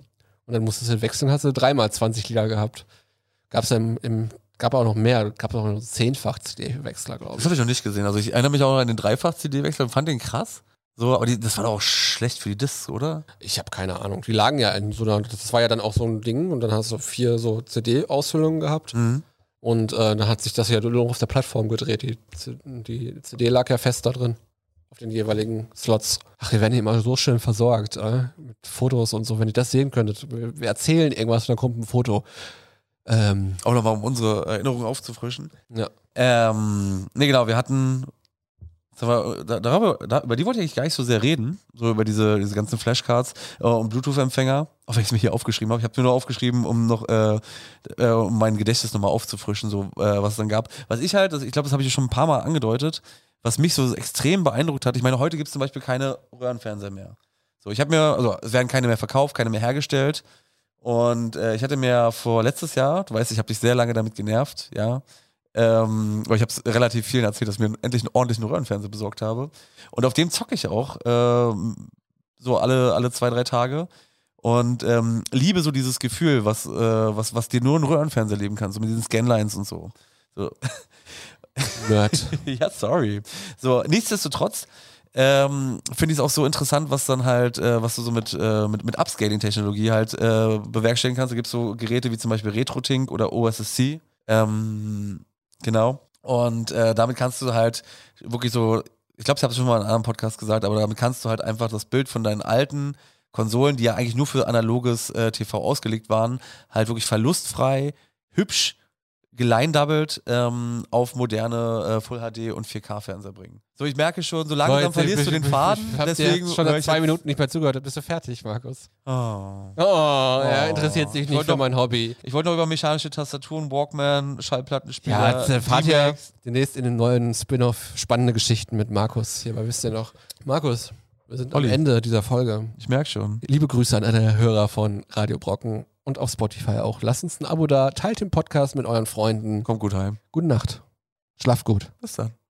S1: und dann musstest du wechseln, hast du dreimal 20 Lieder gehabt. Gab's ja im, im gab auch noch mehr, gab auch noch zehnfach CD-Wechsler, glaube
S5: Das
S1: ich.
S5: habe ich noch nicht gesehen. Also ich erinnere mich auch noch an den Dreifach-CD-Wechsel und fand den krass. So, aber die, das war doch auch schlecht für die Discs, oder?
S1: Ich habe keine Ahnung. Die lagen ja in so einer, das war ja dann auch so ein Ding und dann hast du vier so CD-Ausfüllungen gehabt
S5: Mhm.
S1: und äh, dann hat sich das ja nur noch auf der Plattform gedreht. Die, Z- die CD lag ja fest da drin, auf den jeweiligen Slots. Ach, wir werden hier immer so schön versorgt, äh? mit Fotos und so. Wenn ihr das sehen könntet, wir wir erzählen irgendwas und dann kommt ein Foto. Ähm,
S5: Auch nochmal, um unsere Erinnerungen aufzufrischen.
S1: Ja.
S5: Ähm, nee, genau, wir hatten. Das war, da, darüber, da, über die wollte ich eigentlich gar nicht so sehr reden, so über diese, diese ganzen Flashcards äh, und Bluetooth-Empfänger, auch wenn ich es mir hier aufgeschrieben habe. Ich habe mir nur aufgeschrieben, um noch äh, äh, um mein Gedächtnis nochmal aufzufrischen, so äh, was es dann gab. Was ich halt, das, ich glaube, das habe ich schon ein paar Mal angedeutet, was mich so extrem beeindruckt hat. Ich meine, heute gibt es zum Beispiel keine Röhrenfernseher mehr. So, ich habe mir, also es werden keine mehr verkauft, keine mehr hergestellt. Und äh, ich hatte mir vor letztes Jahr, du weißt, ich habe dich sehr lange damit genervt, ja. Ähm, aber ich habe es relativ vielen erzählt, dass ich mir endlich einen ordentlichen Röhrenfernseher besorgt habe. Und auf dem zocke ich auch ähm, so alle, alle zwei, drei Tage. Und ähm, liebe so dieses Gefühl, was, äh, was, was dir nur ein Röhrenfernseher leben kann, so mit diesen Scanlines und so. so.
S1: Nerd.
S5: ja, sorry. So, nichtsdestotrotz ähm, finde ich es auch so interessant, was dann halt, äh, was du so mit, äh, mit, mit Upscaling-Technologie halt äh, bewerkstelligen kannst. Da gibt es so Geräte wie zum Beispiel RetroTink oder OSSC. Ähm, genau. Und äh, damit kannst du halt wirklich so, ich glaube, ich habe es schon mal in einem anderen Podcast gesagt, aber damit kannst du halt einfach das Bild von deinen alten Konsolen, die ja eigentlich nur für analoges äh, TV ausgelegt waren, halt wirklich verlustfrei, hübsch gelinedoubled ähm, auf moderne äh, Full HD und 4K-Fernseher bringen. So, ich merke schon, so langsam
S1: jetzt-
S5: verlierst du den Faden.
S1: Ich hab dir
S5: deswegen
S1: schon
S5: höre
S1: nach
S5: ich
S1: zwei
S5: jetzt-
S1: Minuten nicht mehr zugehört. Bist du fertig, Markus?
S5: Oh.
S1: Oh, er interessiert
S5: Ich
S1: sich nicht
S5: wollte
S1: für
S5: doch-
S1: mein Hobby.
S5: Ich wollte noch über mechanische Tastaturen, Walkman, Schallplattenspieler.
S1: Ja, jetzt, äh, fahrt ihr
S5: D-Max.
S1: demnächst in den neuen Spin-off spannende Geschichten mit Markus. Hier, aber wisst ihr noch, Markus, wir sind
S5: Olli.
S1: am Ende dieser Folge.
S5: Ich merke schon.
S1: Liebe Grüße an alle Hörer von Radio Brocken und auf Spotify auch. Lasst uns ein Abo da, teilt den Podcast mit euren Freunden.
S5: Kommt gut heim.
S1: Gute Nacht. Schlaf gut.
S5: Bis dann.